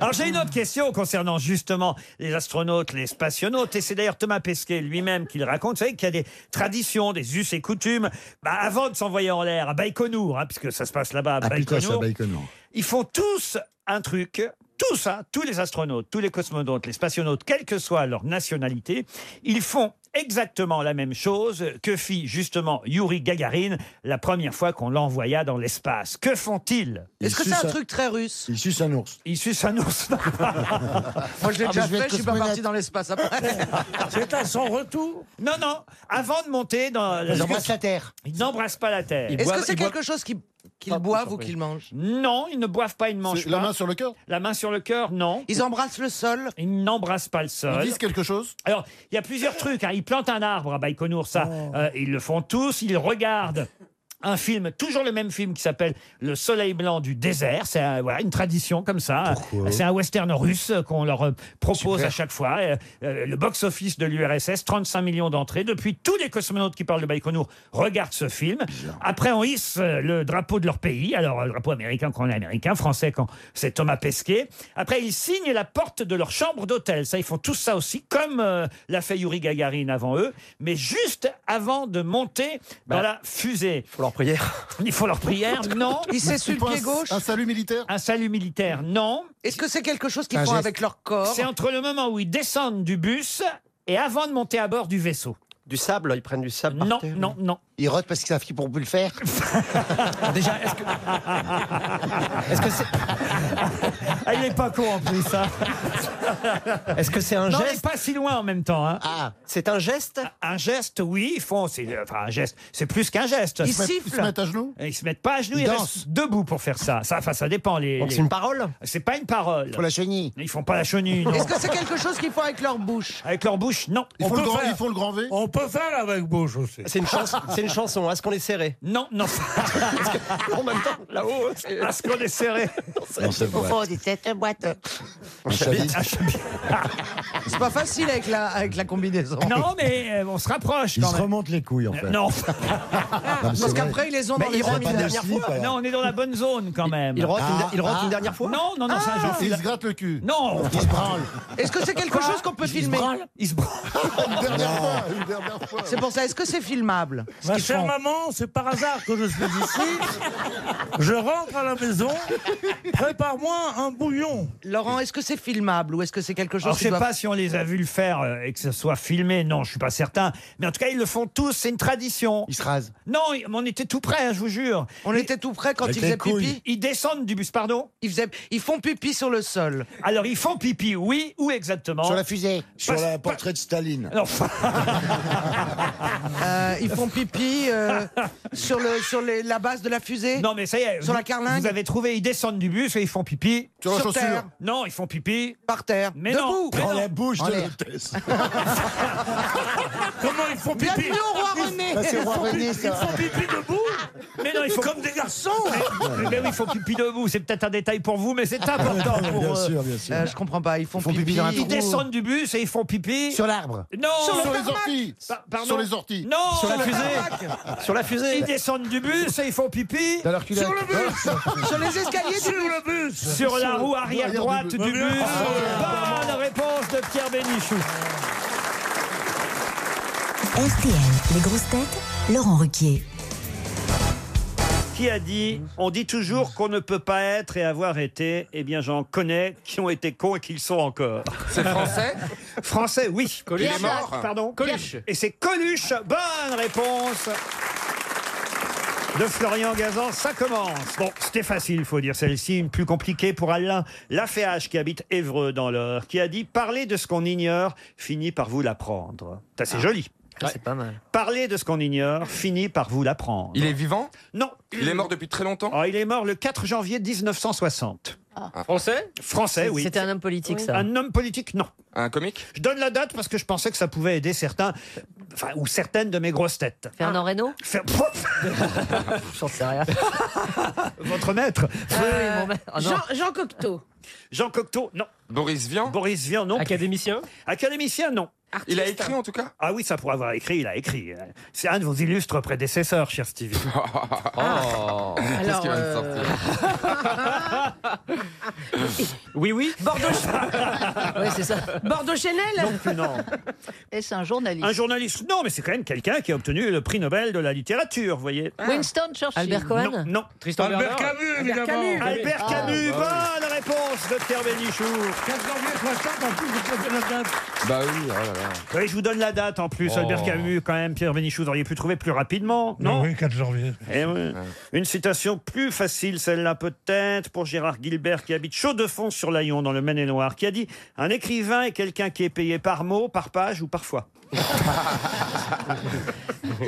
Alors j'ai une autre question concernant justement les astronautes, les spationautes, et c'est d'ailleurs Thomas Pesquet lui-même qui le raconte. Vous savez qu'il y a des traditions, des us et coutumes. Bah, avant de s'envoyer en l'air à Baïkonour, hein, puisque ça se passe là-bas à Ah putain, ça Baïkonour, baïconnant. ils font tous un truc. Tous, hein, tous les astronautes, tous les cosmonautes, les spationautes, quelle que soit leur nationalité, ils font exactement la même chose que fit justement Yuri Gagarin la première fois qu'on l'envoya dans l'espace. Que font-ils Est-ce que c'est un truc très russe Il suce un ours. Il suce un ours. Moi, je l'ai Ah, déjà mais je vais fait, être je suis pas cosmonaute. parti dans l'espace après. C'est à son retour Non, non. Avant de monter dans... Ils embrassent la terre. Ils n'embrassent pas la terre. Est-ce que c'est quelque chose qui- qu'ils boivent ou qu'ils mangent Non, ils ne boivent pas, ils ne mangent C'est pas. la main sur le cœur La main sur le cœur, non. Ils embrassent le sol Ils n'embrassent pas le sol. Ils disent quelque chose Alors, il y a plusieurs trucs. hein. Ils plantent un arbre à Baïkonour, ça. euh, ils le font tous. Ils regardent un film, toujours le même film qui s'appelle Le Soleil Blanc du désert. C'est euh, voilà, une tradition comme ça. C'est un western russe qu'on leur euh, propose à chaque fois. Euh, euh, le box-office de l'URSS, 35 millions d'entrées. Depuis, tous les cosmonautes qui parlent de Baïkonour regardent ce film. Après, on hisse euh, le drapeau de leur pays. Alors, euh, le drapeau américain quand on est américain, français quand c'est Thomas Pesquet. Après, ils signent la porte de leur chambre d'hôtel. Ça, ils font tout ça aussi, comme euh, l'a fait Yuri Gagarin avant eux. Mais juste avant de monter dans la fusée. Il Bah. faut leur prière. Il faut leur prière, non. Ils s'essuient le pied gauche Un salut militaire Un salut militaire, non. Est-ce que c'est quelque chose qu'ils Un font geste. avec leur corps C'est entre le moment où ils descendent du bus et avant de monter à bord du vaisseau. Du sable, ils prennent du sable Non, non, non. Ils rotent parce qu'ils savent qu'ils pourront plus le faire. Déjà, est-ce que. Est-ce que c'est. Ah, il est pas con en plus, ça. Est-ce que c'est un non, geste mais pas si loin en même temps. Ah, c'est un geste Un geste, oui, ils font. c'est- euh, Enfin, un geste, c'est plus qu'un geste. Ils Ils se mettent- sifflent ils se mettent à genoux Ils se mettent pas à genoux, ils, Ils restent debout pour faire ça. Ça, enfin, ça dépend. Les, Donc, les- c'est une parole C'est pas une parole. Ils font la chenille. Ils font pas la chenille, non. Est-ce que c'est quelque chose qu'ils font avec leur bouche Avec leur bouche, non. Ils font le grand- ils V On peut faire avec Bouche aussi. C'est une, chans- c'est une chanson. Est-ce qu'on est serré Non, non. en même temps, là-haut. c'est- Est-ce qu'on est serré Ah, bah, On se voit. des têtes boîtes. chavite. C'est pas facile avec la, avec la combinaison. Non, mais euh, on se rapproche Ils quand se même. remontent les couilles en fait. Ah, non. Parce qu'après, ils les ont Mais dans ils les rentrent amis dans derrière le slip, fois. Ah, alors. Non, on est dans la bonne zone quand même. il rentre une de- il rentre une dernière fois Non, non, non, ça, Ah. je Il se gratte le cul. Non Il se branle. Est-ce que c'est quelque chose qu'on peut filmer Il se branle. dernière fois, C'est pour ça, est-ce que c'est filmable Ma chère maman, c'est par hasard que je suis ici. Je rentre à la maison. Prépare-moi un bouillon. Laurent, est-ce que c'est filmable ou est-ce que c'est quelque chose Alors, je qui sais doit- pas si on les a vus le faire euh, et que ce soit filmé. Non, je suis pas certain. Mais en tout cas, ils le font tous. C'est une tradition. Ils se rasent. Non, ils- mais on était tout près, hein, je vous jure. On était tout près quand Avec ils les faisaient couilles. pipi. Ils descendent du bus, pardon ils, faisaient- ils font pipi sur le sol. Alors, ils font pipi, oui, ou exactement Sur la fusée. Sur Pas- la portrait de Staline. Alors, Euh, ils font pipi euh, sur, le, sur les- la base de la fusée Non, mais ça y est. Sur vous- la carlingue Vous avez trouvé, ils descendent du bus et ils font pipi. Sur la Sur chaussure. terre. Non, ils font pipi. Par terre. Mais non. Debout. mais Dans non. la bouche de En l'air. l'hôtesse. Comment ils font pipi Bienvenue au roi René. Ça, c'est Ils roi font René, pipi- ça. Ils font pipi debout Mais non, il faut Comme des garçons Mais, mais oui, il faut pipi debout. C'est peut-être un détail pour vous, mais c'est important pour. Bien euh, sûr, bien sûr. Euh, je comprends pas, ils font, font pipi. pipi dans un Ils descendent du bus et ils font pipi. Sur l'arbre. Non, Sur le les tarmac. orties. Pa- pardon Sur les orties. Non, Sur la le fusée. tarmac. Sur la fusée. Ils descendent du bus et ils font pipi. Dans leur culotte. Sur le bus Sur les escaliers du Sur le bus Sur la roue arrière droite du bus. Ah, Mais bien sûr. Bonne réponse de Pierre Bénichou. RTL, les grosses têtes, Laurent Ruquier. Qui a dit On dit toujours qu'on ne peut pas être et avoir été. Eh bien, j'en connais qui ont été cons et qui le sont encore. C'est français Français, oui. Coluche. Il est mort Pardon Coluche. Et c'est Coluche. Bonne réponse de Florian Gazan, ça commence. Bon, c'était facile, faut dire celle-ci, une plus compliquée pour Alain Laféage qui habite Évreux dans l'Eure, qui a dit parler de ce qu'on ignore finit par vous l'apprendre. C'est assez joli. Ah, C'est pas mal. Parler de ce qu'on ignore finit par vous l'apprendre. Il est vivant Non. Il est mort depuis très longtemps Ah. Ah, il est mort le 4 janvier 1960. Français Français, oui. Ah. C'était un homme politique, ça. Un homme politique, non. Un comique Je donne la date parce que je pensais que ça pouvait aider certains, enfin, ou certaines de mes grosses têtes. Fernand Reynaud Fer- J'en sais rien. Votre maître Euh, Oh, Jean, Jean Cocteau. Jean Cocteau, non. Boris Vian Boris Vian, non. Académicien Académicien, non. Il a écrit en tout cas Ah oui, ça pour avoir écrit, il a écrit. C'est un de vos illustres prédécesseurs, cher Stevie. Oh, qu'est-ce Ah. qui va nous sortir Ah. Oui, oui. Bordeaux. oui, c'est ça. Bordeaux Chanel Non plus, non. Est-ce un journaliste Un journaliste Non, mais c'est quand même quelqu'un qui a obtenu le prix Nobel de la littérature, vous voyez. Ah. Winston Churchill. Non, non. Tristan Albert Bernard Camus, Albert évidemment. Camus. Albert Ah, Camus, bah bonne réponse de Pierre Bénichou. 4 janvier 60, en plus, vous avez la date. Bah oui, oh là là. Oui, je vous donne la date en plus. Oh. Albert Camus, quand même, Pierre Bénichou, vous auriez pu trouver plus rapidement, non Oui, 4 janvier. Eh oui. Une citation plus facile, celle-là peut-être, pour Gérard Gilbert qui habite Chaux-de-Fonds sur l'Aillon dans le Maine-et-Loire, qui a dit Un écrivain est quelqu'un qui est payé par mot, par page ou par fois.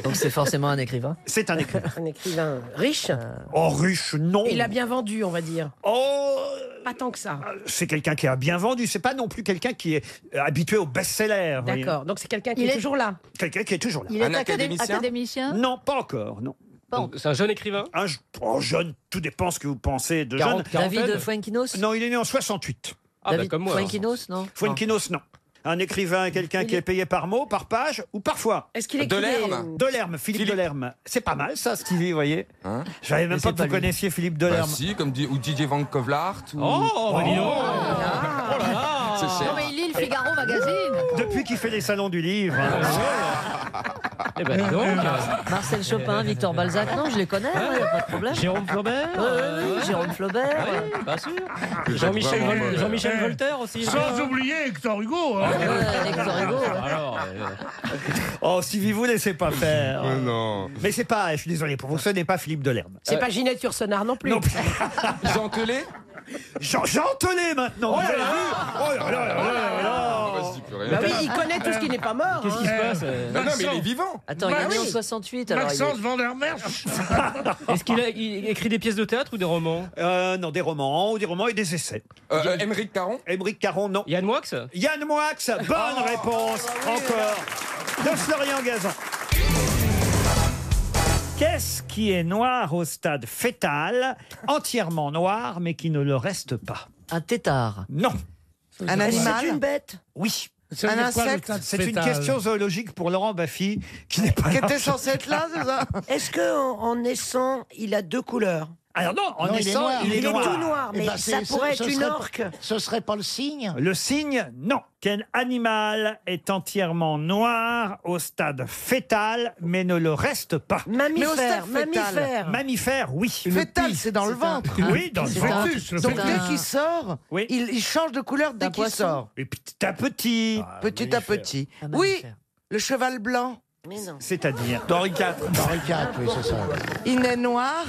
Donc c'est forcément un écrivain C'est un écrivain. un écrivain riche Oh, riche, non Il a bien vendu, on va dire. Oh Ah, Pas tant que ça. C'est quelqu'un qui a bien vendu, c'est pas non plus quelqu'un qui est euh, habitué au best-seller. vous voyez. D'accord. Donc c'est quelqu'un qui Il est, est- toujours là. Quelqu'un qui est toujours là. Il est Un acadé- académicien académicien Non, pas encore, non. C'est un jeune écrivain Un je- oh, jeune, tout dépend ce que vous pensez de 40, jeune. David quarantaine Fuenquinos Non, il est né en 68. Ah, ben, David hein. hein. Fuenquinos, non Fuenquinos, non. Un écrivain, quelqu'un Il qui est- est payé par mot, par page ou parfois. Est-ce qu'il écrit Delerme des- Delerme, Philippe, Delerme. C'est pas mal ça, Stevie, vous voyez. Je savais Mais même Hein c'est pas que pas vous lui. connaissiez Philippe Bah Delerme. si, comme dit, ou DJ Van Kovlart. Ou... Oh, bah dis donc. Ah. C'est cher. Non mais il lit le Euh. Figaro magazine. Depuis qu'il fait les salons du livre. Ah, Euh, Eh ben, dis donc. Marcel Chopin, Victor Balzac, non, je les connais, hein, il n'y a pas de problème. Jérôme Flaubert Ah Ouais, ouais, ouais, Jérôme Flaubert. Bien sûr. Que Jean-Michel j'aime Vol- vraiment, Jean-Michel euh, Voltaire aussi. Eh. Sans oublier Hector Hugo. hein. Alors, euh, Oh, Stevie, vous laissez pas faire. Mais non. Euh, Mais c'est pas, je suis désolé pour vous, ce n'est pas Philippe Delerme. C'est pas Ginette Ursonard non plus. Oh, Jean Telet Jean, Jean Telet, maintenant. vous avez vu Oh là là là là là là. Ah bah, je dis plus rien. Bah oui, il connaît tout ce qui n'est pas mort. hein. Qu'est-ce qui se passe euh Bah Non, non, mais il est vivant. Attends, il est né en Max- 68 alors. il est- Maxence Vandermeersch. Est-ce qu'il a il écrit des pièces de théâtre ou des romans Euh, non, des romans, ou des romans et des essais. Euh, euh, Émeric Caron Émeric Caron, non. Yann Moix Ah. Vous Yann Moix, bonne réponse encore de Florian Gazan. Qu'est-ce qui est noir au stade fœtal, entièrement noir, mais qui ne le reste pas Un tétard. Non. Un animal C'est une bête. Oui. Ça veut Un dire quoi, le insecte stade C'est une fœtal question zoologique pour Laurent Baffy, qui n'est pas Qui là. était censé être là, c'est ça Est-ce qu'en en naissant, il a deux couleurs Alors non, en Non, il est naissant, noir. il est, Il est noir. tout noir, Eh mais ben, ça c'est- pourrait ce- être ce une serait- orque. Ce serait pas le signe Le signe, non. Quel animal est entièrement noir au stade fœtal, mais ne le reste pas Mammifère, Mais au stade fœtal. mammifère. Mammifère, oui. Fétal, c'est dans le ventre. Oui, dans le C'est ventre. un- Fœtus, le c'est Donc un- dès qu'il sort, Oui. il, il change de couleur dès D'un qu'il poisson. sort. Et petit à petit, Petit à petit. Un Oui, mammifère. le cheval blanc. Mais non. c'est-à-dire Henri IV. Henri IV, oui, c'est ça. Il est noir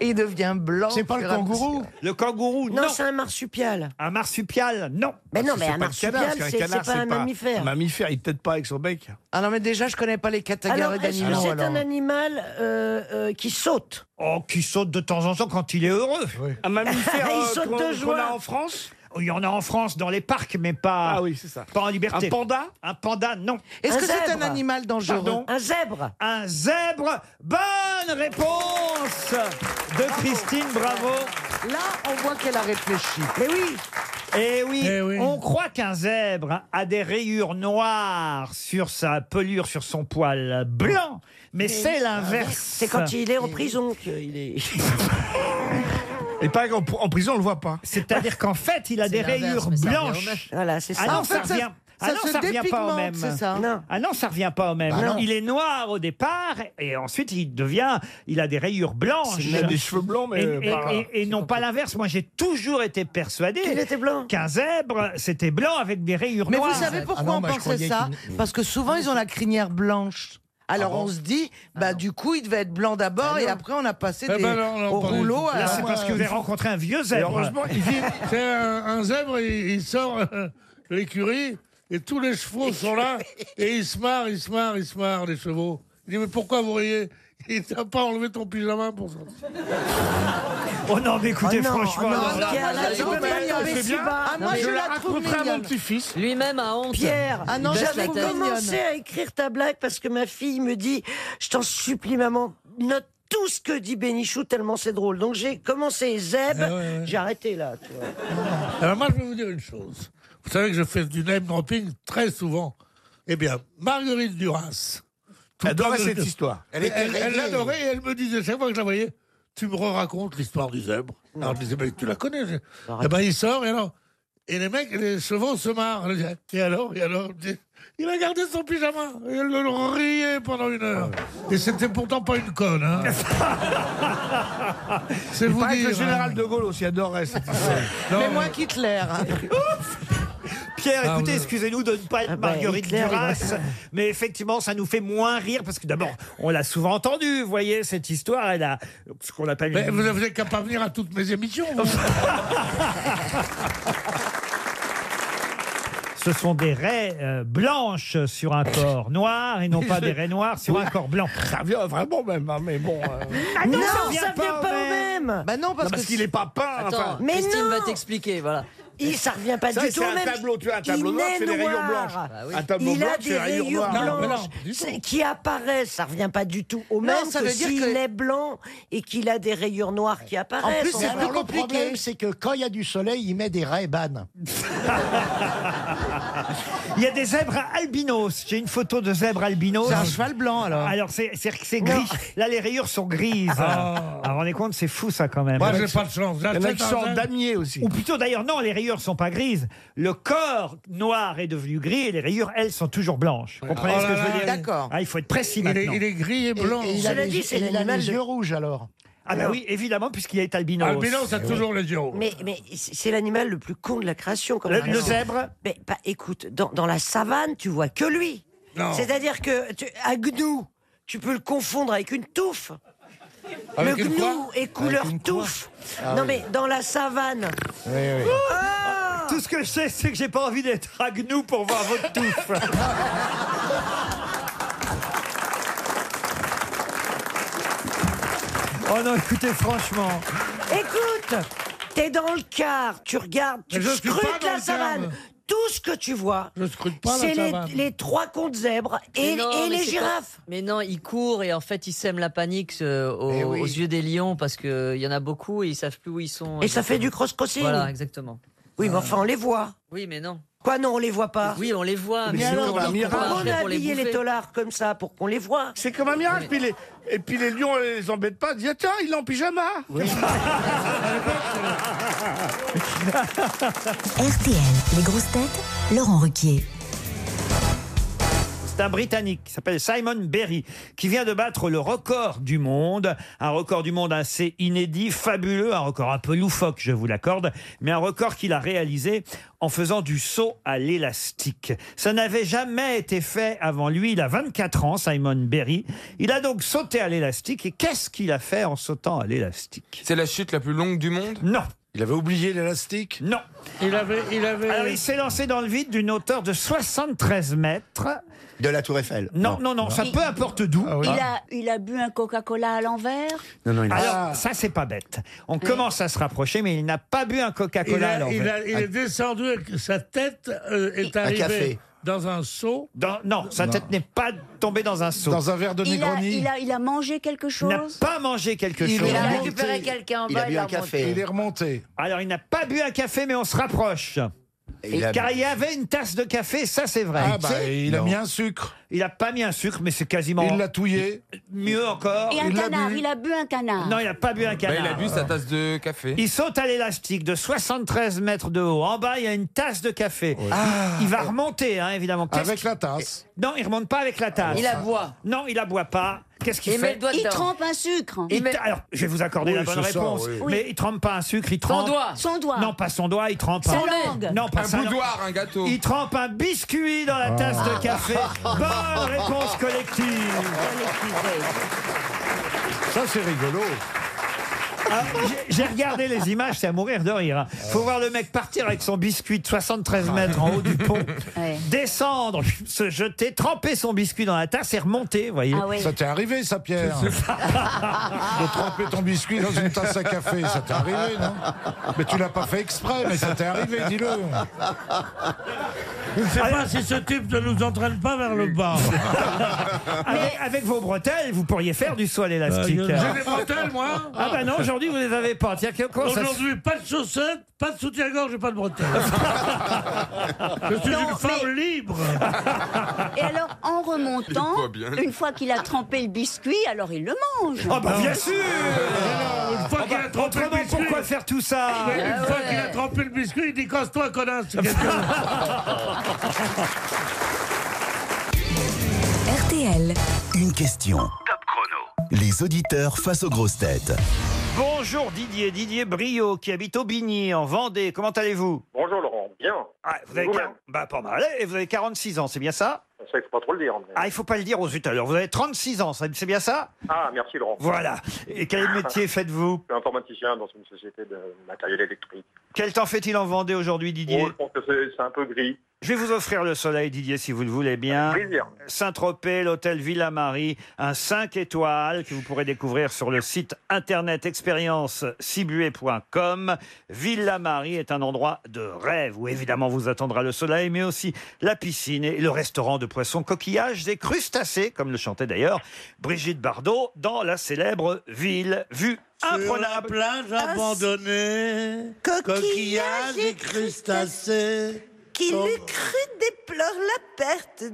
et il devient blanc. C'est pas le au fur et à mesure. kangourou Le kangourou, non. Non, c'est un marsupial. Un marsupial, non. Mais non, mais un Bah, C'est pas le canard, marsupial, parce qu'un c'est c'est canard, pas c'est un mammifère. Un mammifère, il peut-être pas avec son bec. Ah non, mais déjà, je connais pas les Alors, catégories est-ce que d'animaux. c'est alors. un animal euh, euh, qui saute Oh, qui saute de temps en temps quand il est heureux. Ah, Un Ah, mammifère Il euh, saute qu'on de qu'on a joie. en France Oh, Il y en a en France dans les parcs, mais pas, Ah oui, c'est ça. pas en liberté. Un panda Un panda, non. Est-ce Un que c'est un zèbre. animal dangereux Pardon Un zèbre Un zèbre. Bonne réponse de Christine Bravo. Là, on voit qu'elle a réfléchi. Mais oui Eh oui, Eh oui. on croit qu'un zèbre a des rayures noires sur sa pelure, sur son poil blanc, mais, c'est Ah l'inverse. C'est quand il est en prison qu'il est. Et pas en, en prison, on le voit pas. C'est-à-dire qu'en fait, Ah, il a des l'inverse, rayures mais ça revient au blanches. Voilà, c'est ça. Ah non, en fait, ça ça- revient. Ah ça non, se ça revient pas au dépigmente, même. c'est ça Non. Ah non, ça revient pas au même. Bah non. Il est noir au départ et ensuite il devient, il a des rayures blanches. Il a des cheveux blancs, mais. Et, euh, et- pas- et- et non pas l'inverse. Moi, j'ai toujours été persuadé Qu'il était blanc. qu'un zèbre, c'était blanc avec des rayures Mais noires. vous savez Ah pourquoi non, on bah, je pensait croyais ça qu'il- Parce que souvent, ils ont la crinière blanche. Ah Alors on se dit, bah du coup, il devait être blanc d'abord et après on a passé Eh des- ben non, non, au pas du rouleau. tout. à- Là, c'est parce que vous avez rencontré un vieux Et zèbre. heureusement, il vit- c'est un, un zèbre, il, il sort euh, de l'écurie et tous les chevaux sont là et ils se marrent, ils se marrent, ils se marrent, les chevaux. Il dit Mais pourquoi vous riez Il t'a pas enlevé ton pyjama pour ça. Oh non, mais écoutez, Oh non, franchement. oh non, alors là- Pierre, là, tu peux pas tomber si bas. Ah, moi, je la trouve mignonne. petit-fils. Lui-même a honte. Pierre, Ah non, je la j'avais trouve mignonne. commencé à écrire ta blague parce que ma fille me dit Je t'en supplie, maman, note tout tout ce que dit Bénichou tellement c'est drôle. Donc j'ai commencé Ah Zeb, j'ai arrêté là. tu vois. Alors moi, je vais vous dire une chose. Vous savez que je fais du name dropping très souvent. Eh bien, Marguerite Duras. tout Adorait le temps que cette je- histoire. Elle, Elle était elle- elle réglée. l'adorait et elle me disait chaque fois que je la voyais, tu me racontes l'histoire du zèbre. Alors je disais, mais tu la connais. je- Eh ben il sort et alors. Et les mecs, les chevaux se marrent. Elle disait, Et alors, et alors Elle disait, Il a gardé son pyjama. Et elle le riait pendant une heure. Ah Et c'était pourtant pas une conne. hein. C'est Il vous paraît que dire. hein. le général de Gaulle aussi adorait cette Mais moins qu'Hitler. Pierre, Ah, écoutez, oui. excusez-nous de ne pas être Ah bah, Marguerite Hitler, il va- Duras, mais effectivement, ça nous fait moins rire parce que d'abord, on l'a souvent entendu, vous voyez, cette histoire, elle a ce qu'on appelle. Mais vous n'avez qu'à pas venir à toutes mes émissions. Ce sont des raies euh, blanches sur un corps noir et non pas des raies noires sur un corps blanc. Ça revient vraiment même, hein, mais bon. euh. Ah non, ça vient pas au même. Bah non, parce parce que qu'il n'est pas peint. Attends, enfin. mais Christine non va t'expliquer, voilà. Il, ça revient pas Ça, du tout c'est au un même. tableau, tu vois, un tableau Il noir, est c'est des rayures noir. blanches. Bah oui. Un tableau il blanc, a c'est des des rayures rayures noires. Non, mais blanches non, du c'est- tout. qui apparaissent. Ça revient pas du tout au Non, même ça que veut dire s'il que- est blanc et qu'il a des rayures noires qui En apparaissent. plus, On c'est va plus voir le compliqué. problème. c'est que quand il y a du soleil, il met des ray Il y a des zèbres albinos. J'ai une photo de zèbre albinos. C'est un cheval blanc, alors. Alors c'est c'est c'est gris. Là les rayures sont grises. Ah. Alors on est compte, c'est fou ça quand même. Moi, j'ai pas de chance. Il y en a qui J'achète un sont zèbre. damier aussi. Ou plutôt d'ailleurs non, les rayures sont pas grises. Le corps noir est devenu gris et les rayures elles sont toujours blanches. Vous comprenez Oh ce que là je veux là. dire D'accord. Ah, il faut être précis Il est- maintenant. il est gris et blanc. Et- et il a les- et il a les yeux rouges alors. Ah bah oui, évidemment puisqu'il est albino. Albinos a toujours les yeux rouges. Mais, mais c'est c'est l'animal le plus con de la création. Comme Le- raison. le zèbre Mais bah, écoute, dans, dans la savane, tu vois que lui. Non. C'est-à-dire que tu, à gnou, tu peux le confondre avec une touffe. Avec le une gnou quoi est couleur Avec une quoi touffe. Ah non oui. mais dans la savane. Ah. Tout ce que je sais, c'est que j'ai pas envie d'être à genoux pour voir votre touffe. oh non, écoutez, franchement. Écoute, t'es dans le car, tu regardes, tu Mais je suis pas scrutes dans la le savane. car. Tout ce que tu vois, pas la c'est les, savane. les trois contes zèbres Mais et, non, et mais les c'est girafes. pas- mais non, ils courent et en fait, ils sèment la panique euh, Eh aux, oui. aux yeux des lions parce qu'il y en a beaucoup et ils savent plus où ils sont. Et ça fait du cross-crossing. Voilà, exactement. Oui, mais enfin, on les voit. Oui, mais non. Quoi, non, on les voit pas Oui, on les voit. Mais Mais, alors, on les voit on après a pour les habillé les, bouffer. tolards comme ça pour qu'on les voit. C'est comme un miracle. Puis les- et puis les lions, ils les embêtent pas. Ils disent Tiens, il est en pyjama. RTL, les grosses têtes, Laurent Ruquier. C'est un Britannique qui s'appelle Simon Berry, qui vient de battre le record du monde. Un record du monde assez inédit, fabuleux, un record un peu loufoque, je vous l'accorde, mais un record qu'il a réalisé en faisant du saut à l'élastique. Ça n'avait jamais été fait avant lui. Il a 24 ans, Simon Berry. Il a donc sauté à l'élastique. Et qu'est-ce qu'il a fait en sautant à l'élastique C'est la chute la plus longue du monde Non. Il avait oublié l'élastique Non. Il avait, il avait. Alors, il s'est lancé dans le vide d'une hauteur de 73 mètres. De la Tour Eiffel. Non, non, non, ça peu importe d'où. Il a, il a bu un Coca-Cola à l'envers Non, non, Alors, ça, c'est pas bête. On commence à se rapprocher, mais il n'a pas bu un Il, Coca-Cola. a- à l'envers. il a- il est descendu avec sa tête euh, est Un arrivée café. dans un seau. Dans- non, sa tête n'est pas tombée dans un seau. Dans un verre de il a, il, a, il a mangé quelque Il n'a chose pas mangé quelque Il chose. est Il a remonté. récupéré quelqu'un en Il a bas, bu il un l'a café. remonté. Il est remonté. Alors, il n'a pas bu un café, mais on se rapproche. il a- Car il y avait une tasse de café, ça c'est vrai. Ah, bah, il a Non. mis un sucre. Il n'a pas mis un sucre, mais c'est quasiment. Il l'a touillé. Mieux encore. Et un canard, il a bu un canard. Non, il n'a pas bu un Bah, canard. il a bu Ah. sa tasse de café. Il saute à l'élastique de 73 mètres de haut. En bas, il y a une tasse de café. il va remonter, hein, évidemment. Avec la tasse. Non, il remonte pas avec la tasse. Il la boit. Non, il la boit pas. Qu'est-ce qu'il Il, fait trempe un sucre. Il t- Alors, je vais vous accorder Oui, la bonne c'est ça, réponse. oui. Mais il trempe pas un sucre, il trempe. doigt. Son doigt. Non, pas son doigt, il trempe Sa un- langue. Non, pas Un sa langue. boudoir, un gâteau. Il trempe un biscuit dans la tasse de café. bonne réponse collective. Ça, c'est rigolo. Ah, j'ai- J'ai regardé les images, c'est à mourir de rire. hein. Faut voir le mec partir avec son biscuit de 73 mètres en haut du pont, descendre, se jeter, tremper son biscuit dans la tasse et remonter, vous voyez. Ah oui. Ça t'est arrivé, ça, Pierre De tremper ton biscuit dans une tasse à café, ça t'est arrivé, non Mais tu l'as pas fait exprès, mais ça t'est arrivé, dis-le. Je ne sais pas si ce type ne nous entraîne pas vers le bas. Avec, avec vos bretelles, vous pourriez faire du sol élastique. Bah, J'ai des bretelles, moi Ah bah non, aujourd'hui vous les avez pas. Tiens, que- comment ça se- Aujourd'hui, pas de chaussettes, pas de soutien-gorge et pas de bretelles. Je suis Ah, une femme libre. Et alors, en remontant, Il voit bien. une fois qu'il a trempé le biscuit, alors il le mange. Ah bah bien sûr Une fois qu'il a trempé le Autrement, biscuit. pourquoi faire tout ça Mais Une fois qu'il a trempé le biscuit, il dit casse-toi, connasse. RTL. Une question. Top chrono. Les auditeurs face aux grosses têtes. Bonjour Didier, Didier Brio qui habite Aubigny en Vendée. Comment allez-vous Bonjour Laurent, bien. Ah, vous avez Vous-même quar- bah, pas mal. Et vous avez 46 ans, c'est bien ça On sait qu'il faut pas trop le dire. mais- Ah, il faut pas le dire aux zut alors. Vous avez 36 ans, ça- c'est bien ça Ah, merci Laurent. Voilà. Et quel métier faites-vous Je suis informaticien dans une société de matériel électrique. Quel temps fait-il en Vendée aujourd'hui, Didier Bon, je pense que c'est- c'est un peu gris. Je vais vous offrir le soleil, Didier, si vous le voulez bien. Saint-Tropez, l'hôtel Villa-Marie, un 5 étoiles que vous pourrez découvrir sur le site internet expériencecibué.com. Villa-Marie est un endroit de rêve où évidemment vous attendra le soleil, mais aussi la piscine et le restaurant de poissons, coquillages et crustacés, comme le chantait d'ailleurs Brigitte Bardot dans la célèbre ville vue imprenable. Ah, plage abandonnée, coquillages et crustacés. Qu'il eût cru déplore la perte de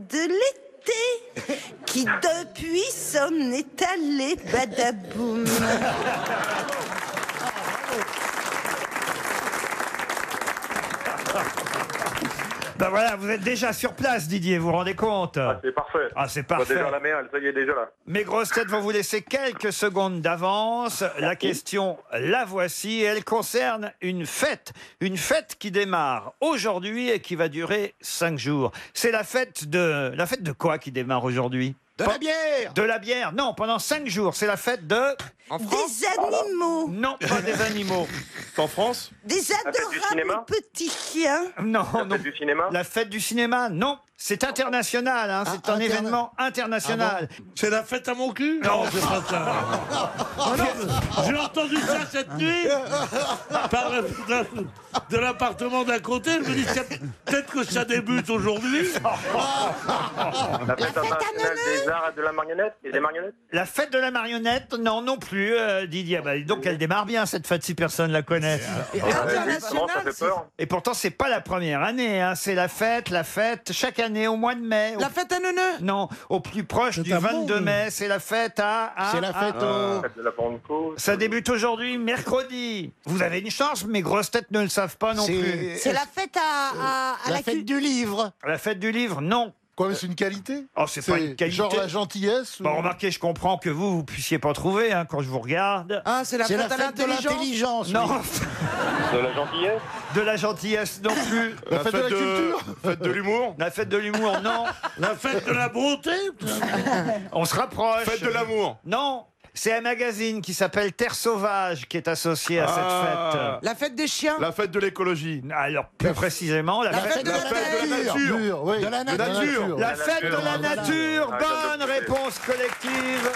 l'été, qui depuis s'en est allé badaboum. Ben voilà, vous êtes déjà sur place, Didier, vous vous rendez compte C'est parfait. Ah, c'est Bah, parfait. Déjà la mer, elle, ça y est, déjà là. Mes grosses têtes vont vous laisser quelques secondes d'avance. La question, la voici. Elle concerne une fête. Une fête qui démarre aujourd'hui et qui va durer cinq jours. C'est la fête de. La fête de quoi qui démarre aujourd'hui De la bière De la bière Non, pendant cinq jours. C'est la fête de. Des animaux. Non, pas des animaux. En France Des adorables petits chiens. Non, la fête du cinéma. La fête du cinéma, non. C'est international, hein, c'est Ah, un événement international. c'est la fête à mon cul Non, c'est pas ça. Oh non, mais J'ai entendu ça cette nuit par de l'appartement d'à côté. Je me dis, tiens, peut-être que ça débute aujourd'hui. La fête internationale des arts et de la marionnette Euh, et des marionnettes. Ah, La fête de la marionnette, non, non plus, euh, Didier. Ah bah, dis donc elle démarre bien cette fête si personne la connaît. Et, Ah, ouais, justement, ça fait peur. et pourtant, c'est pas la première année. hein, C'est la fête, la fête chaque année au mois de mai. La fête à Neuneu Non, au plus proche du à Meung. 22 mai, c'est la fête à. Ah, à- à- euh, La fête oh. de la Pentecôte. Ça débute aujourd'hui, mercredi. Vous avez une chance, mes grosses têtes ne le savent pas non C'est- plus. C'est la fête à, à- à la, fête du livre. La fête du livre, non. Quoi, mais c'est une qualité Oh, c'est pas une qualité. Genre la gentillesse ou- Bon, remarquez, je comprends que vous, vous puissiez pas trouver hein, quand je vous regarde. Ah, c'est la C'est fête la à fête de l'intelligence. l'intelligence, Non. De la gentillesse. De la gentillesse non plus. La La fête de fête la de- culture. fête de l'humour. La fête de l'humour, non. La fête de la beauté On se rapproche. Fête de l'amour. Non. C'est un magazine qui s'appelle Terre Sauvage qui est associé à cette Ah. fête. La fête des chiens. La fête de l'écologie. Alors, plus précisément, la, fête de la nature. Nature, oui. De la De la nature. nature. La De la fête de nature. la Voilà. nature. Ah, j'adore Bonne ce que réponse collective.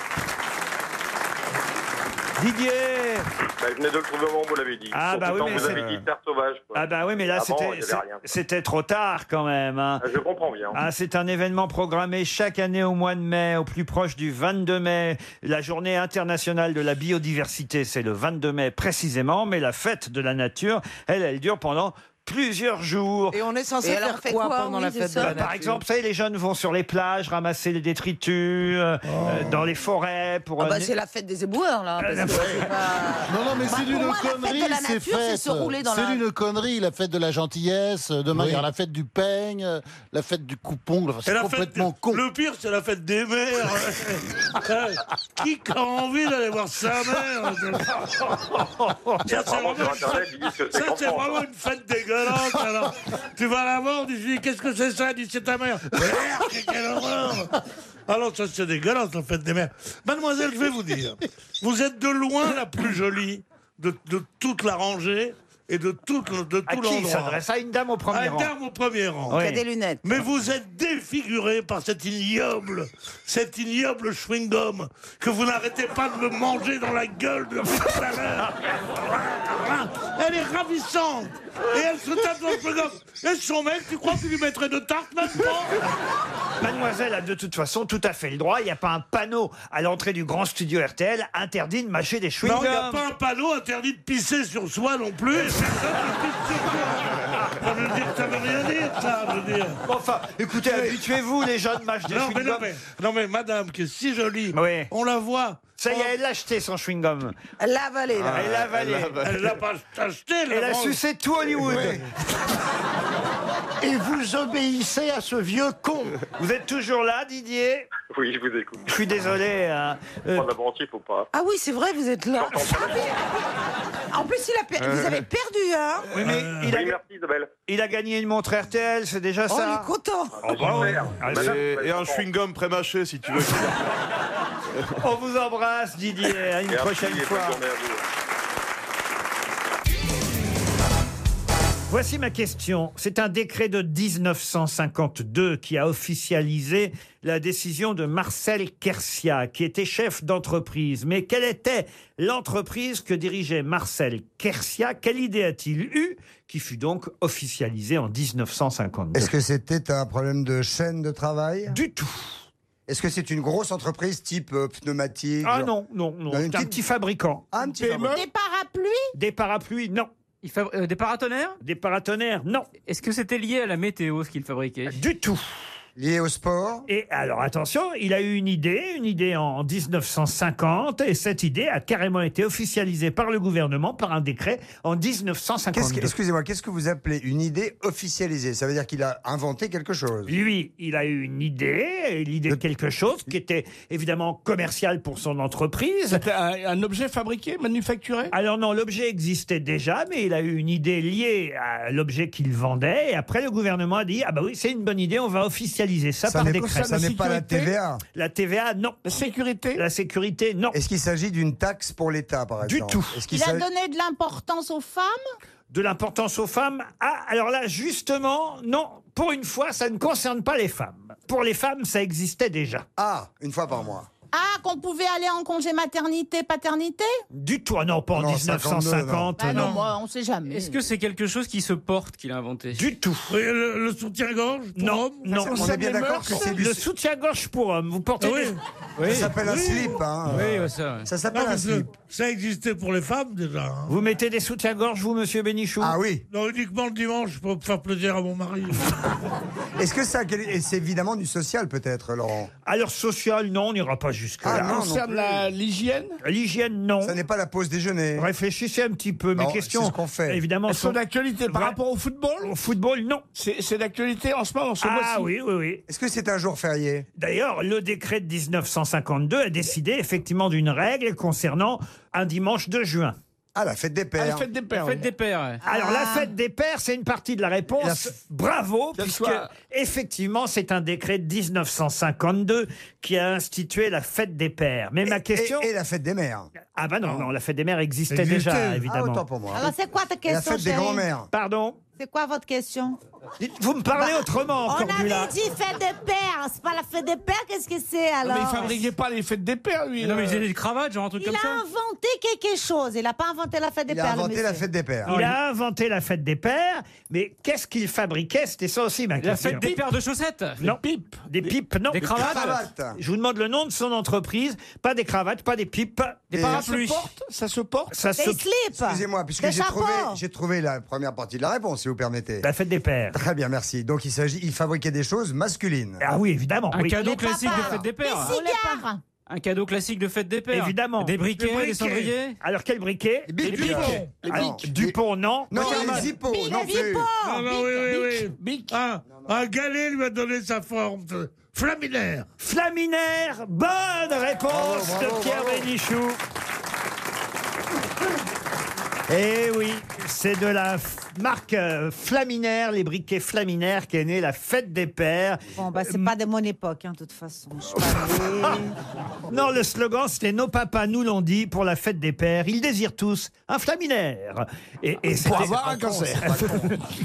Didier Bah, je venais de le trouver au moment où vous l'avez dit. Ah, Surtout bah oui, quand mais vous c'est- avez dit terre sauvage. quoi. Ah bah oui, mais là, Avant, il c'était, y avait c'est- rien. c'était trop tard quand même. hein. Ah, Je comprends bien. Ah, c'est un événement programmé chaque année au mois de mai, au plus proche du 22 mai. La journée internationale de la biodiversité, c'est le 22 mai précisément, mais la fête de la nature, elle, elle dure pendant plusieurs jours. Et on est censé Et faire alors, quoi, quoi pendant Oui, la c'est fête de ça. la Bah, Par nature exemple, vous savez, les jeunes vont sur les plages ramasser les détritus, euh, euh, dans les forêts pour... Oh. Ah bah euh, c'est la fête des éboueurs là. parce que c'est pas- Non, non, mais Bah, c'est pour une moi, connerie, La fête de la c'est nature, c'est fait. se rouler dans C'est la. une connerie, la fête de la gentillesse. euh, Demain, il y aura la fête du peigne, euh, la fête du coupon. Enfin, Et c'est la fête complètement des- con. Le pire, c'est la fête des mères. Euh, Qui a envie d'aller voir sa mère Ça, c'est Apparemment, sur vraiment, Internet, ils disent que c'est ça, c'est comprend. vraiment une fête dégueulasse. Alors, tu vas la voir, tu dis Qu'est-ce que c'est ça Elle dit C'est ta mère. Merde, quelle horreur Alors, ça, c'est dégueulasse, la fête des mères. Mademoiselle, je vais vous dire Vous êtes de loin la plus jolie de, de toute la rangée et de tout, le- de tout À qui il l'endroit. s'adresse À une dame au premier À une rang. dame au premier rang. Qui a Oui. des lunettes. Mais vous êtes défiguré par cet ignoble, cet ignoble chewing-gum que vous n'arrêtez pas de me manger dans la gueule depuis tout à l'heure. Elle est ravissante et elle se tape dans le chewing-gum. Et son mec, tu crois que tu lui mettrais de tarte maintenant Mademoiselle a de toute façon tout à fait le droit. Il n'y a pas un panneau à l'entrée du grand studio RTL interdit de mâcher des chewing-gums. Non, il n'y a pas un panneau interdit de pisser sur soi non plus. et personne ne pisse sur soi. Ça veut dire- ça veut rien dire, ça, je veux dire. Enfin, écoutez, habituez-vous, les jeunes mâchent des Non, mais non, chewing-gums. mais, non, mais madame, qui est si jolie, on la voit. Ça y est, elle l'a acheté son chewing-gum. Elle l'a avalé, là. Ah, elle l'a avalé. Elle l'a pas acheté, Elle a sucé tout Hollywood. Et vous obéissez à ce vieux con. Vous êtes toujours là, Didier Oui, je vous écoute. Je suis désolé. hein. Euh, Prendre la branchie, faut pas. Ah oui, c'est vrai, vous êtes là. En plus, il a per- Euh. vous avez perdu, hein oui, mais il, a, Oui, merci Isabelle. il a gagné une montre RTL, c'est déjà Oh, il ça. est content. Ah, Ah, bah Et, et un chewing-gum pré-mâché, si tu veux. On vous embrasse, Didier. À une Merci, prochaine et bonne fois. journée à Voici ma question. C'est un décret de 1952 qui a officialisé la décision de Marcel Kersia, qui était chef d'entreprise. Mais quelle était l'entreprise que dirigeait Marcel Kersia Quelle idée a-t-il eue qui fut donc officialisée en 1952 Est-ce que c'était un problème de chaîne de travail Du tout. Est-ce que c'est une grosse entreprise type euh, pneumatique Ah genre- non, non, non. Dans une C'est un petite- petit fabricant. Ah, un petit PME. fabricant. Des parapluies Des parapluies, non. euh, des paratonnerres Des paratonnerres, non. Est-ce que c'était lié à la météo, ce qu'il fabriquait Du tout. Lié au sport Et alors ah, attention, il a eu une idée, une idée en 1950, et cette idée a carrément été officialisée par le gouvernement par un décret en Qu'est-ce 1952. que- Excusez-moi, qu'est-ce que vous appelez une idée officialisée Ça veut dire qu'il a inventé quelque chose. Lui, il a eu une idée, et l'idée de quelque chose qui était évidemment commercial pour son entreprise. C'était un, un objet fabriqué, manufacturé Alors non, l'objet existait déjà, mais il a eu une idée liée à l'objet qu'il vendait. Et après, le gouvernement a dit ah bah oui, c'est une bonne idée, on va officialiser ça, Ça par n'est- décret. ça n'est pas la TVA. La TVA, non. La sécurité. La sécurité, non. Est-ce qu'il s'agit d'une taxe pour l'État, par Du exemple tout. Est-ce qu'il Il a s'agit- donné de l'importance aux femmes de l'importance aux femmes. Ah, alors là, justement, non, pour une fois, ça ne concerne pas les femmes. Pour les femmes, ça existait déjà. Ah, une fois par mois. Ah, qu'on pouvait aller en congé maternité, paternité Du tout, ah non, pas en Non, 1950. Ah Bah non. non, moi, on sait jamais. Est-ce que c'est quelque chose qui se porte qu'il a inventé Du tout. le, le soutien-gorge pour Non, homme non, Ça concerne les mœurs, ça le soutien-gorge pour homme. Vous portez Oui. des- Ça s'appelle un Oui. slip, hein. Oui, ouais, ça. Non, parce que Ça existait pour les femmes déjà. hein. Vous mettez des soutiens-gorge, vous, monsieur Bénichou Ah oui. Non, uniquement le dimanche pour faire plaisir à mon mari. Ah, Est-ce que ça. et C'est évidemment du social, peut-être, Laurent Alors, social, non, on n'ira pas jusque-là. Ah, non, non Concerne plus. la- l'hygiène L'hygiène, non. Ça n'est pas la pause déjeuner. Réfléchissez un petit peu. Non, mes questions, c'est ce qu'on fait. évidemment, Elles sont d'actualité par rapport au football Au football, non. C'est d'actualité en ce moment, ce Ah mois-ci. oui, oui, oui. Est-ce que c'est un jour férié D'ailleurs, le décret de 1952 a décidé effectivement d'une règle concernant un dimanche de juin. Ah, la fête des pères. Ah, la fête des pères, oui. Ah. pères. Alors, la fête des pères, c'est une partie de la réponse. La f- Bravo, puisque soit- effectivement, c'est un décret de 1952 qui a institué la fête des pères. Mais ma question. Et la fête des mères. Ah, bah non, non, la fête des mères existait Existait. déjà, Ah, évidemment. autant pour moi. Alors, bah, c'est quoi ta Et question la fête des chérie grands-mères. Pardon C'est quoi votre question Dites- Vous me parlez Bah, autrement, On Cordula. avait dit fête des pères. C'est pas la fête des pères, qu'est-ce que c'est alors pas les fêtes des pères, lui. Mais non, mais il faisait des cravates, genre un truc Il comme a ça. inventé quelque chose. Il n'a pas inventé la fête des Il pères. a le inventé la monsieur. fête des pères. Il Ah, a inventé la fête des pères, mais qu'est-ce qu'il fabriquait C'était ça aussi ma La question. fête des paires de chaussettes Non. Des pipes. Des pipes, non. Des cravates. Des cravates. Je vous demande le nom de son entreprise. Pas des cravates, pas des pipes. Des parapluies. Ça se porte Ça se Excusez-moi, puisque j'ai trouvé, j'ai trouvé la première partie de la réponse, si vous permettez. La fête des pères. Très bien, merci. Donc il s'agit, il fabriquait des choses masculines. Ah oui, évidemment. Un cadeau classique de fête des pères. Des cigares. Un cadeau classique de fête des pères. Évidemment. Des briquets, des cendriers. Alors quel briquet Des bics. Dupont. Les Ah non, Dupont, non. Non, Waterman. les hippos, non Bic, plus. Non, non, oui, oui, oui. Un, un galet lui a donné sa forme de- flaminaire. Flaminaire. Bonne réponse Bravo, bravo, de Pierre bravo. Bénichou. Eh oui, c'est de la f- marque euh, Flaminaire, les briquets Flaminaire, qui est née la fête des pères. Bon, bah, c'est pas de mon époque, hein, de toute façon. Je suis pas née. Non, le slogan, c'était Nos papas nous l'ont dit pour la fête des pères. Ils désirent tous un Flaminaire. Et, et Pour c'était- avoir un cancer.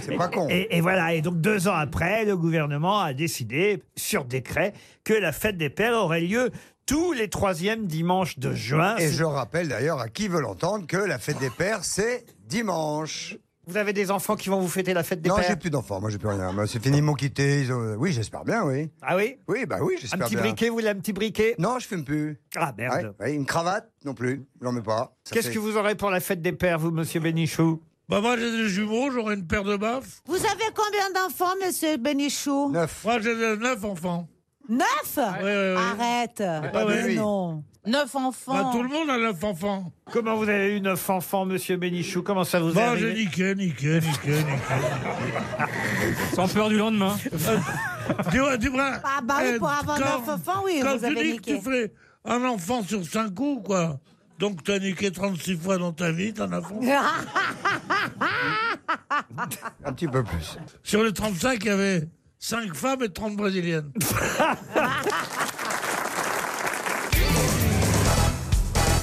C'est pas con. Et, et voilà, et donc deux ans après, le gouvernement a décidé, sur décret, que la fête des pères aurait lieu tous les troisièmes dimanches de juin. Et je rappelle d'ailleurs à qui veut l'entendre que la fête des pères, c'est dimanche. Vous avez des enfants qui vont vous fêter la fête des non, pères j'ai plus d'enfants, moi j'ai plus rien. Moi, C'est fini, ils m'ont quitté. ils ont- Oui, j'espère bien, oui. Ah oui Oui, bah oui, j'espère bien. Un petit briquet, vous voulez un petit briquet Non, je fume plus. Ah merde. Ouais, ouais, une cravate non plus, j'en mets pas. Ça Qu'est-ce fait- que vous aurez pour la fête des pères, vous, monsieur Bénichou Bah moi j'ai des jumeaux, j'aurai une paire de baffes. Vous avez combien d'enfants, monsieur Benichou Neuf. Moi j'ai euh, neuf enfants. Ah Neuf ouais, ouais. Arrête. pas de Mais lui. Non. Neuf enfants. Bah, tout le Oh monde a neuf enfants. Comment vous avez eu neuf enfants, monsieur Bénichou Comment ça vous est Bah j'ai arrivé niqué, niqué, niqué, niqué. Sans peur du lendemain. dis-moi, dis-moi. Ah bah oui, eh, pour avoir neuf enfants, oui, quand vous tu avez dis niqué. que tu fais un enfant sur cinq coups, quoi. Donc t'as niqué 36 fois dans ta vie, t'en as fond. Un petit peu plus. Sur les 35, il y avait 5 femmes et 30 brésiliennes.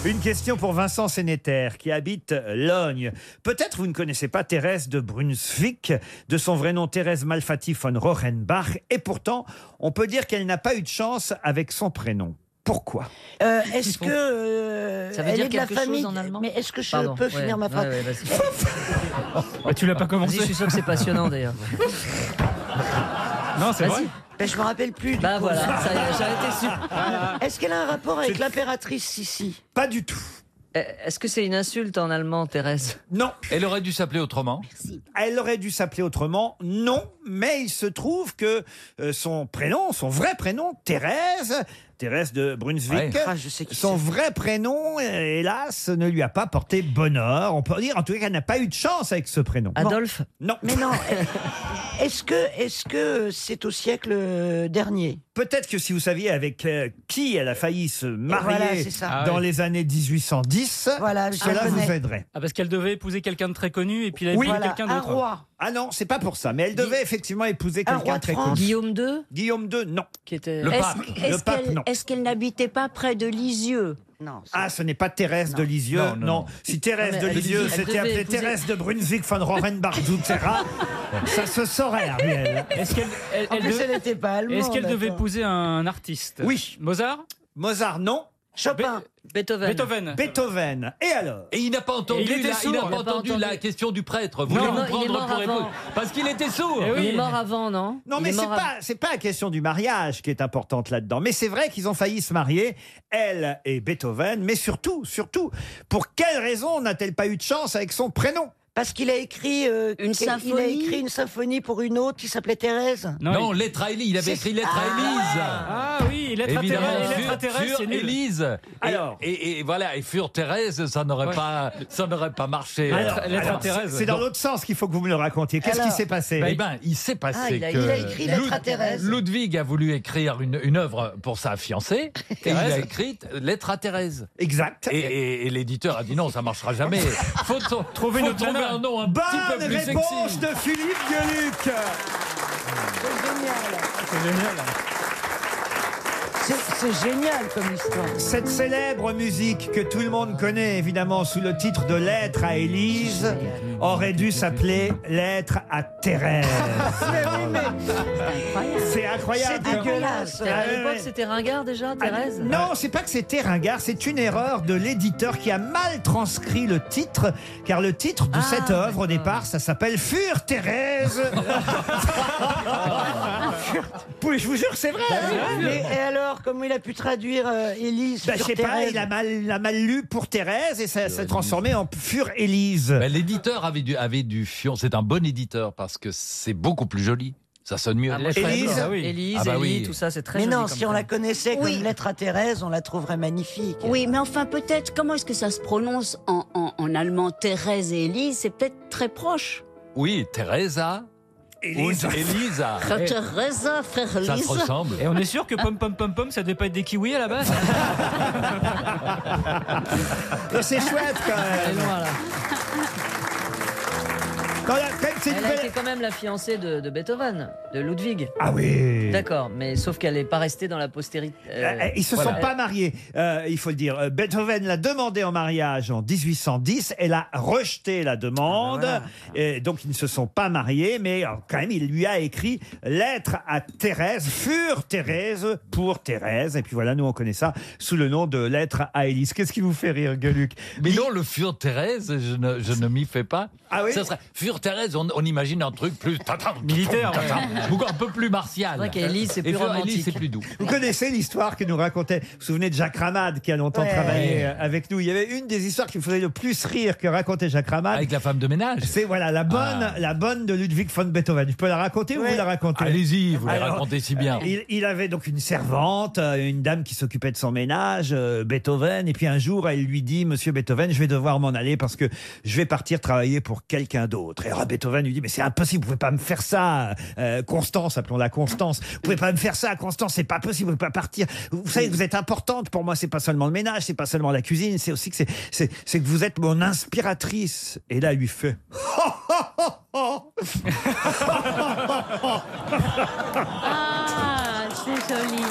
Une question pour Vincent Sénéter, qui habite Logne. Peut-être vous ne connaissez pas Thérèse de Brunswick, de son vrai nom Thérèse Malfatti von Rohrenbach, et pourtant, on peut dire qu'elle n'a pas eu de chance avec son prénom. Pourquoi Euh, est-ce que euh, Ça veut elle dire est de la quelque chose famille en allemand Mais est-ce que je Pardon, peux ouais, finir ma ouais, phrase ouais, vas-y. Vas-y, Je suis sûr que c'est passionnant d'ailleurs. Non, c'est Vas-y. vrai. Ben, je me rappelle plus. du Bah coup. voilà, ça y est, j'avais été sûr. Est-ce qu'elle a un rapport avec l'impératrice Sissi Pas du tout. Euh, Est-ce que c'est une insulte en allemand, Thérèse Non. Elle aurait dû s'appeler autrement. Elle aurait dû s'appeler autrement, non, mais il se trouve que euh, son prénom, son vrai prénom, Thérèse, Thérèse de Brunswick, Ouais. Ah, je sais qui son c'est. vrai prénom, euh, hélas, ne lui a pas porté bonheur. On peut dire, en tout cas, qu'elle n'a pas eu de chance avec ce prénom. Adolphe Non. Mais non. Est-ce que est-ce que c'est au siècle euh, dernier Peut-être que si vous saviez avec euh, qui elle a failli se voilà, marier c'est ça. dans Ah oui. les années 1810, Voilà, je cela la vous connais. aiderait. Ah, parce qu'elle devait épouser quelqu'un de très connu et puis elle a épousé quelqu'un d'autre. Ah non, c'est pas pour ça, mais elle devait effectivement épouser Un quelqu'un roi de de très France. connu. Guillaume II Guillaume II, non. Qui était... Le pape. Est-ce Le pape, qu'elle- non. est-ce qu'elle n'habitait pas près de Lisieux Non. Ah, ce n'est pas Thérèse de Lisieux, non. Non, non, non. Si Thérèse Non, de mais elle Lisieux devait- elle s'était devait appelée épouser- Thérèse de Brunswick von Rohrenbach d'Utera, ça se saurait, Ariel. Est-ce qu'elle elle- En elle plus, devait- elle n'était pas allemande. est-ce qu'elle devait attends. épouser un artiste Oui. Mozart Mozart, non. Chopin. Beethoven. Beethoven. Beethoven. Et alors Et il n'a pas entendu, il était la, sourd. il n'a Il pas a pas entendu entendu. la question du prêtre. Vous Non, voulez non, il vous est prendre mort pour avant. époux. Parce qu'il était sourd. Eh oui. Il est mort avant, non Non, Il mais est c'est mort pas, c'est pas la question du mariage qui est importante là-dedans. Mais c'est vrai qu'ils ont failli se marier, elle et Beethoven. Mais surtout, surtout, pour quelle raison n'a-t-elle pas eu de chance avec son prénom Parce qu'il a écrit euh, Une qu'il- Il a symphonie écrit une symphonie pour une autre qui s'appelait Thérèse. Non, lettre à Élise. Il avait écrit lettre à Élise. Ah oui, lettre à Évidemment, Thérèse, sur- lettre à Thérèse, sur c'est nul. Élise. Et- Alors. Et, et voilà, et fur Thérèse, ça n'aurait pas, ça n'aurait pas marché. Alors, Alors, alors, c'est- C'est dans l'autre sens qu'il faut que vous me le racontiez. Qu'est-ce qui Alors. s'est passé Eh ben, il s'est passé Ah, il a- que il a écrit Lettre à Lud- Thérèse. Ludwig a voulu écrire une, une œuvre pour sa fiancée. et il a écrit Lettre à Thérèse. Exact. Et, et- et l'éditeur a dit non, ça marchera jamais. Faut tr- Trouver faut une autre trouver nana. un nom un Bonne petit peu plus réponse sexy. de Philippe Gueluc Ah, C'est génial. C'est- C'est génial comme histoire. Cette célèbre musique que tout le monde connaît évidemment sous le titre de Lettre à Élise aurait dû s'appeler Lettre à Thérèse. C'est incroyable. Ah, C'est dégueulasse. À Ouais, l'époque, ouais. c'était ringard déjà, Thérèse Non, c'est pas que c'était ringard, c'est une erreur de l'éditeur qui a mal transcrit le titre, car le titre Ah, de cette œuvre au départ, ça s'appelle Fur Thérèse. oui, je vous jure, c'est vrai. hein. Mais, et alors, comment il a pu traduire euh, Élise Bah, je sur sais pas, Thérèse il a mal, il a mal lu pour Thérèse et ça Euh, s'est transformé en Fur Élise. Ben, l'éditeur avait du, avait du fion. C'est un bon éditeur parce que c'est beaucoup plus joli. Ça sonne mieux. Ah, moi, je suis Élise. d'accord. Ah oui. Élise, Ah bah oui. Élie, tout ça, c'est très Mais joli non, comme si on prénom. la connaissait comme Oui. lettre à Thérèse, on la trouverait magnifique. Oui, mais enfin, peut-être, comment est-ce que ça se prononce en, en- en allemand Thérèse et Élise C'est peut-être très proche. Oui, Teresa. Élise. Eh. und Elisa. Thérèse, frère Ça se Lise. ressemble. Et on est sûr que pom pom pom pom, ça devait pas être des kiwis à la base Non, C'est chouette quand même. Elle est loin, là. Quand la- quand même, c'est une Elle a belle- été quand même la fiancée de, de Beethoven, de Ludwig. Ah oui. D'accord, mais sauf qu'elle n'est pas restée dans la postérité. Euh, Euh, Ils se voilà. sont pas mariés, euh, il faut le dire. Euh, Beethoven l'a demandé en mariage en 1810. Elle a rejeté la demande. Ah, Et donc, ils ne se sont pas mariés. Mais euh, quand même, il lui a écrit Lettre à Thérèse, fur Thérèse, pour Thérèse. Et puis voilà, nous, on connaît ça sous le nom de Lettre à Élise. Qu'est-ce qui vous fait rire, Gueluc Mais non, le Fur Thérèse, je ne, je ne m'y fais pas. Ah oui Ça serait Fur Thérèse, on, on imagine un truc plus Militaire, ouais. beaucoup un peu plus martial. C'est vrai qu'Élise, c'est plus Et Fur Élise, romantique. c'est plus doux. Vous connaissez l'histoire que nous racontait, vous vous souvenez de Jacques Ramade qui a longtemps Ouais. travaillé euh, avec nous. Il y avait une des histoires qui me faisait le plus rire que racontait Jacques Ramade. Avec la femme de ménage. Ah. C'est voilà la bonne, la bonne de Ludwig von Beethoven. Je peux la raconter ou Ouais. vous la racontez Allez-y, vous la racontez si bien. euh, Il, il avait donc une servante, euh, une dame qui s'occupait de son ménage, euh, Beethoven. Et puis un jour, elle lui dit, Monsieur Beethoven, je vais devoir m'en aller parce que je vais partir travailler pour quelqu'un d'autre. Et alors, Beethoven lui dit, mais c'est impossible, vous pouvez pas me faire ça, euh, Constance, appelons-la Constance. Vous pouvez pas me faire ça, Constance, c'est pas possible, vous pouvez pas partir. Vous vous savez que vous êtes importante pour moi, c'est pas seulement le ménage, c'est pas seulement la cuisine, c'est aussi que c'est- c'est c'est que vous êtes mon inspiratrice. Et là, elle lui fait. Ah, Ah, c'est joli.